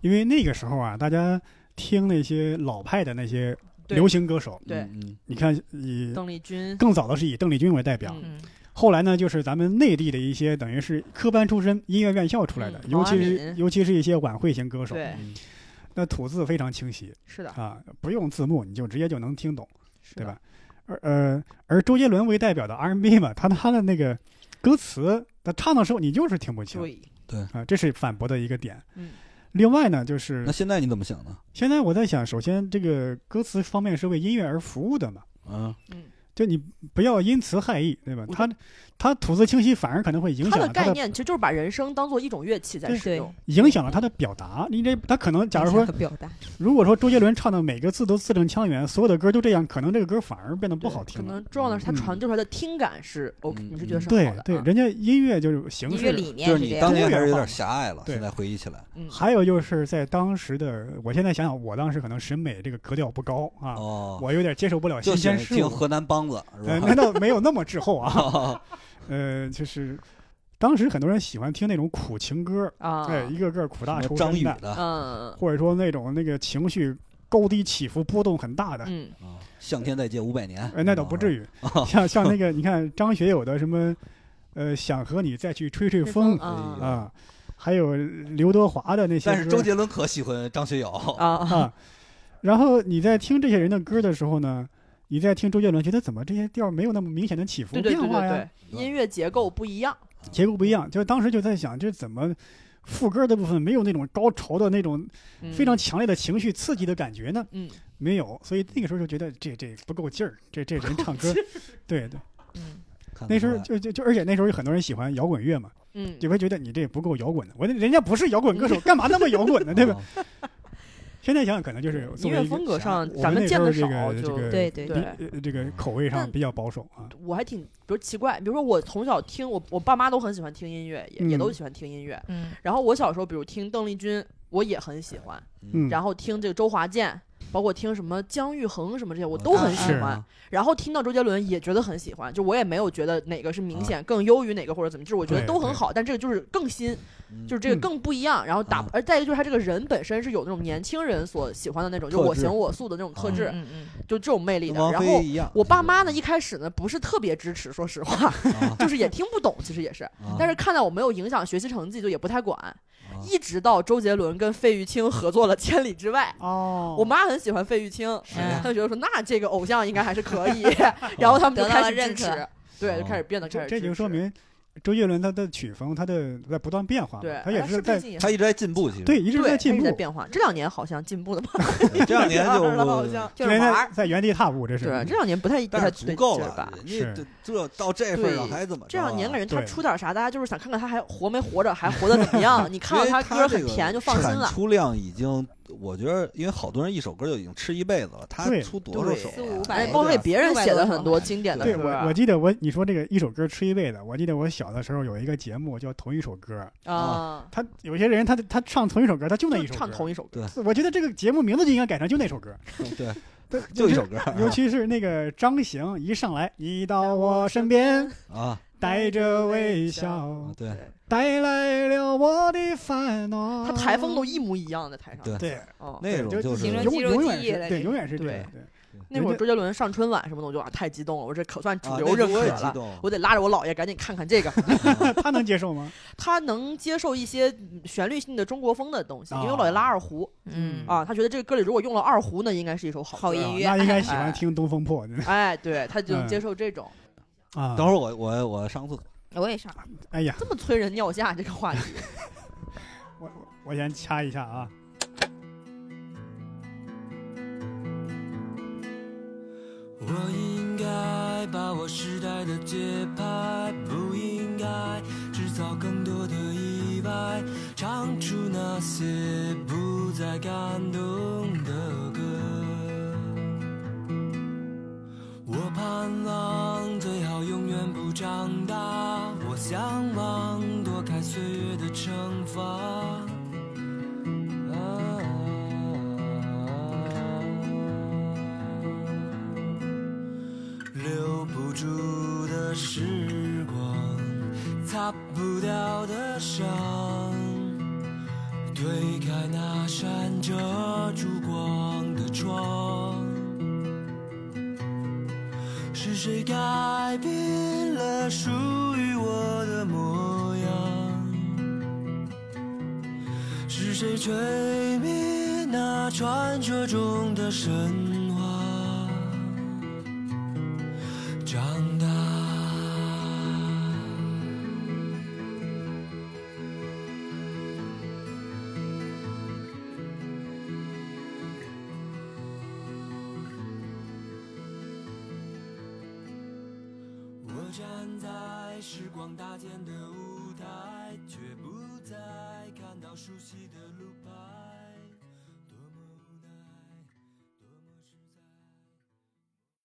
因为那个时候啊，大家听那些老派的那些对流行歌手，对嗯，嗯你看以邓丽君，更早的是以邓丽君为代表，嗯嗯，后来呢，就是咱们内地的一些等于是科班出身、音乐院校出来的，嗯尤其王安是敏尤其是一些晚会型歌手，对，嗯那吐字非常清晰是的，啊，不用字幕你就直接就能听懂，是对的，吧？而呃，而周杰伦为代表的 R&B 嘛，他他的那个歌词，他唱的时候你就是听不清对，啊，这是反驳的一个点。嗯，另外呢，就是那现在你怎么想呢？现在我在想，首先这个歌词方面是为音乐而服务的嘛，嗯，就你不要因词害义，对吧？我他他吐字清晰反而可能会影它响的他概的念其实就是把人声当做一种乐器在对使用，影响了他的表达。你这他可能，假如说，表达，如果说周杰伦唱的每个字都字正腔圆，所有的歌都这样，可能这个歌反而变得不好可听了。能重要的是它嗯传递出来的听感是 OK，、嗯你是觉得是对好的，对，啊人家音乐就是形音乐式，理念就是这你样当的。多年元还是有点化狭隘了，对现在回忆起来，嗯，还有就是在当时的，我现在想想，我当时可能审美这个格调不高啊，哦，我有点接受不了就新喜欢鲜事听物。河南梆子呃， 是吧难？道没有那么滞后 啊？哦 呃，就是当时很多人喜欢听那种苦情歌，啊，哎，一个个苦大什仇么张深宇的，的，嗯或者说那种那个情绪高低起伏波动很大的，嗯，啊向天再借五百年啊哎，，那倒不至于。于，像像 那个，你看张学友的什么，呃，想和你再去吹吹风啊哎呀啊，还有刘德华的那些但是歌周杰伦可喜欢张学友，啊，啊，然后你在听这些人的歌的时候呢，你在听周杰伦，觉得怎么这些调没有那么明显的起伏对对变对化对呀对，，音乐结构不一样，啊结构不一样，就当时就在想，这怎么副歌的部分没有那种高潮的那种嗯非常强烈的情绪刺激的感觉呢？嗯没有，所以那个时候就觉得这这不够劲儿，这这人唱 歌，对对，嗯看得那时候出就来就就，而且那时候有很多人喜欢摇滚乐嘛。 嗯，就会觉得你这不够摇滚的，我这人家不是摇滚 歌手，干嘛那么摇滚呢？对吧？啊现在想想可能就是嗯音作为乐一个风格上我咱们们那时见候的这少，个就这个对对比对。呃这个口味上但比较保守啊。我还挺，比如奇怪，比如说我从小听我我爸妈都很喜欢听音乐，也也嗯都喜欢听音乐。嗯，然后我小时候，比如听邓丽君，我也很喜欢，嗯，然后听这个周华健，包括听什么姜育恒什么这些，我都很喜嗯啊是欢。然后听到周杰伦也觉得很喜欢，就我也没有觉得哪个是明显更优于哪个或者怎么，就是我觉得啊对都很对好，但这个就是更新，嗯就是这个嗯更不一样。然后打啊，而再一个就是他这个人本身是有那种年轻人所喜欢的那种，就特我质行我素的那种特啊质，嗯嗯就这种魅力跟的。王然后菲一样。我爸妈呢，一开始呢不是特别支持，说实话， 啊，就是也听不懂，其实也是。啊 但是看到我没有影响学习成绩，就也不太管。啊一直到周杰伦跟费玉清合作了《千里之外》，哦我妈很喜欢费玉清，嗯她就觉得说那这个偶像应该还是可以，然后他们就得到开了始认支持可，对，哦就开始变得开这始这就支说持。明啊周杰伦他的曲风，他的在不断变化嘛，对，他也是在在他一直在进步，其实对一直对在进它步也在，变化。这两年好像进步的慢对这两年 就点儿了，好像就是因为玩在儿。在原地踏步，这是嗯对这两年不太不但太是足对够劲儿了吧。，人家这这到这份儿上对还怎么着啊？这两年感觉他对出点啥，大家就是想看看他还活没活着，还活得怎么 样。你看到因为歌这很个甜就放心了产。出量已经，我觉得，因为好多人一首歌就已经吃一辈子了，他对出多少对首啊？四五百哎，对包括对给啊别人写的很多对经典的对歌我我记得我你说这个一首歌吃一辈子，我记得我小的时候有一个节目叫同一首歌，啊，他有些人他他唱同一首歌，他就那一首就歌，唱同一首歌。我觉得这个节目名字就应该改成就那首 歌，对，对，就一是首歌啊尤其是那个张行一上来，你到我身边，啊，带着微啊 笑，对，带来了我的烦恼。他台风都一模一样的台上。对对，哦，那种对就就是形容永肌肉永记远忆了是对，这永远是这对样。对，那会儿周杰伦上春晚什么的，我就啊太激动了，我这可算主啊流那时候认我可也激了。动，我得拉着我姥爷赶紧看看这个， 啊他能接受 吗？他能接受一些嗯旋律性的中国风的东西，因为我姥爷拉二胡嗯啊，他觉得这个歌里如果用了二胡，那应该是一首好好歌音乐啊那应该喜欢听《东风破》真的哎，对，他嗯就能接受这种。啊。等会儿我我我上厕所，我也上。哎呀，这么催人尿下这个话题，我我我先掐一下啊。我应该把握时代的节拍，不应该制造更多的意外，唱出那些不再感动的歌。我盼望最好永远不长大，我向往躲开岁月的惩罚。啊留不住的时光，擦不掉的伤。推开那扇遮住光的窗，是谁改变了属于我的模样？是谁吹灭那传说中的神话？长大。我站在时光搭建的舞台，却不再看到熟悉的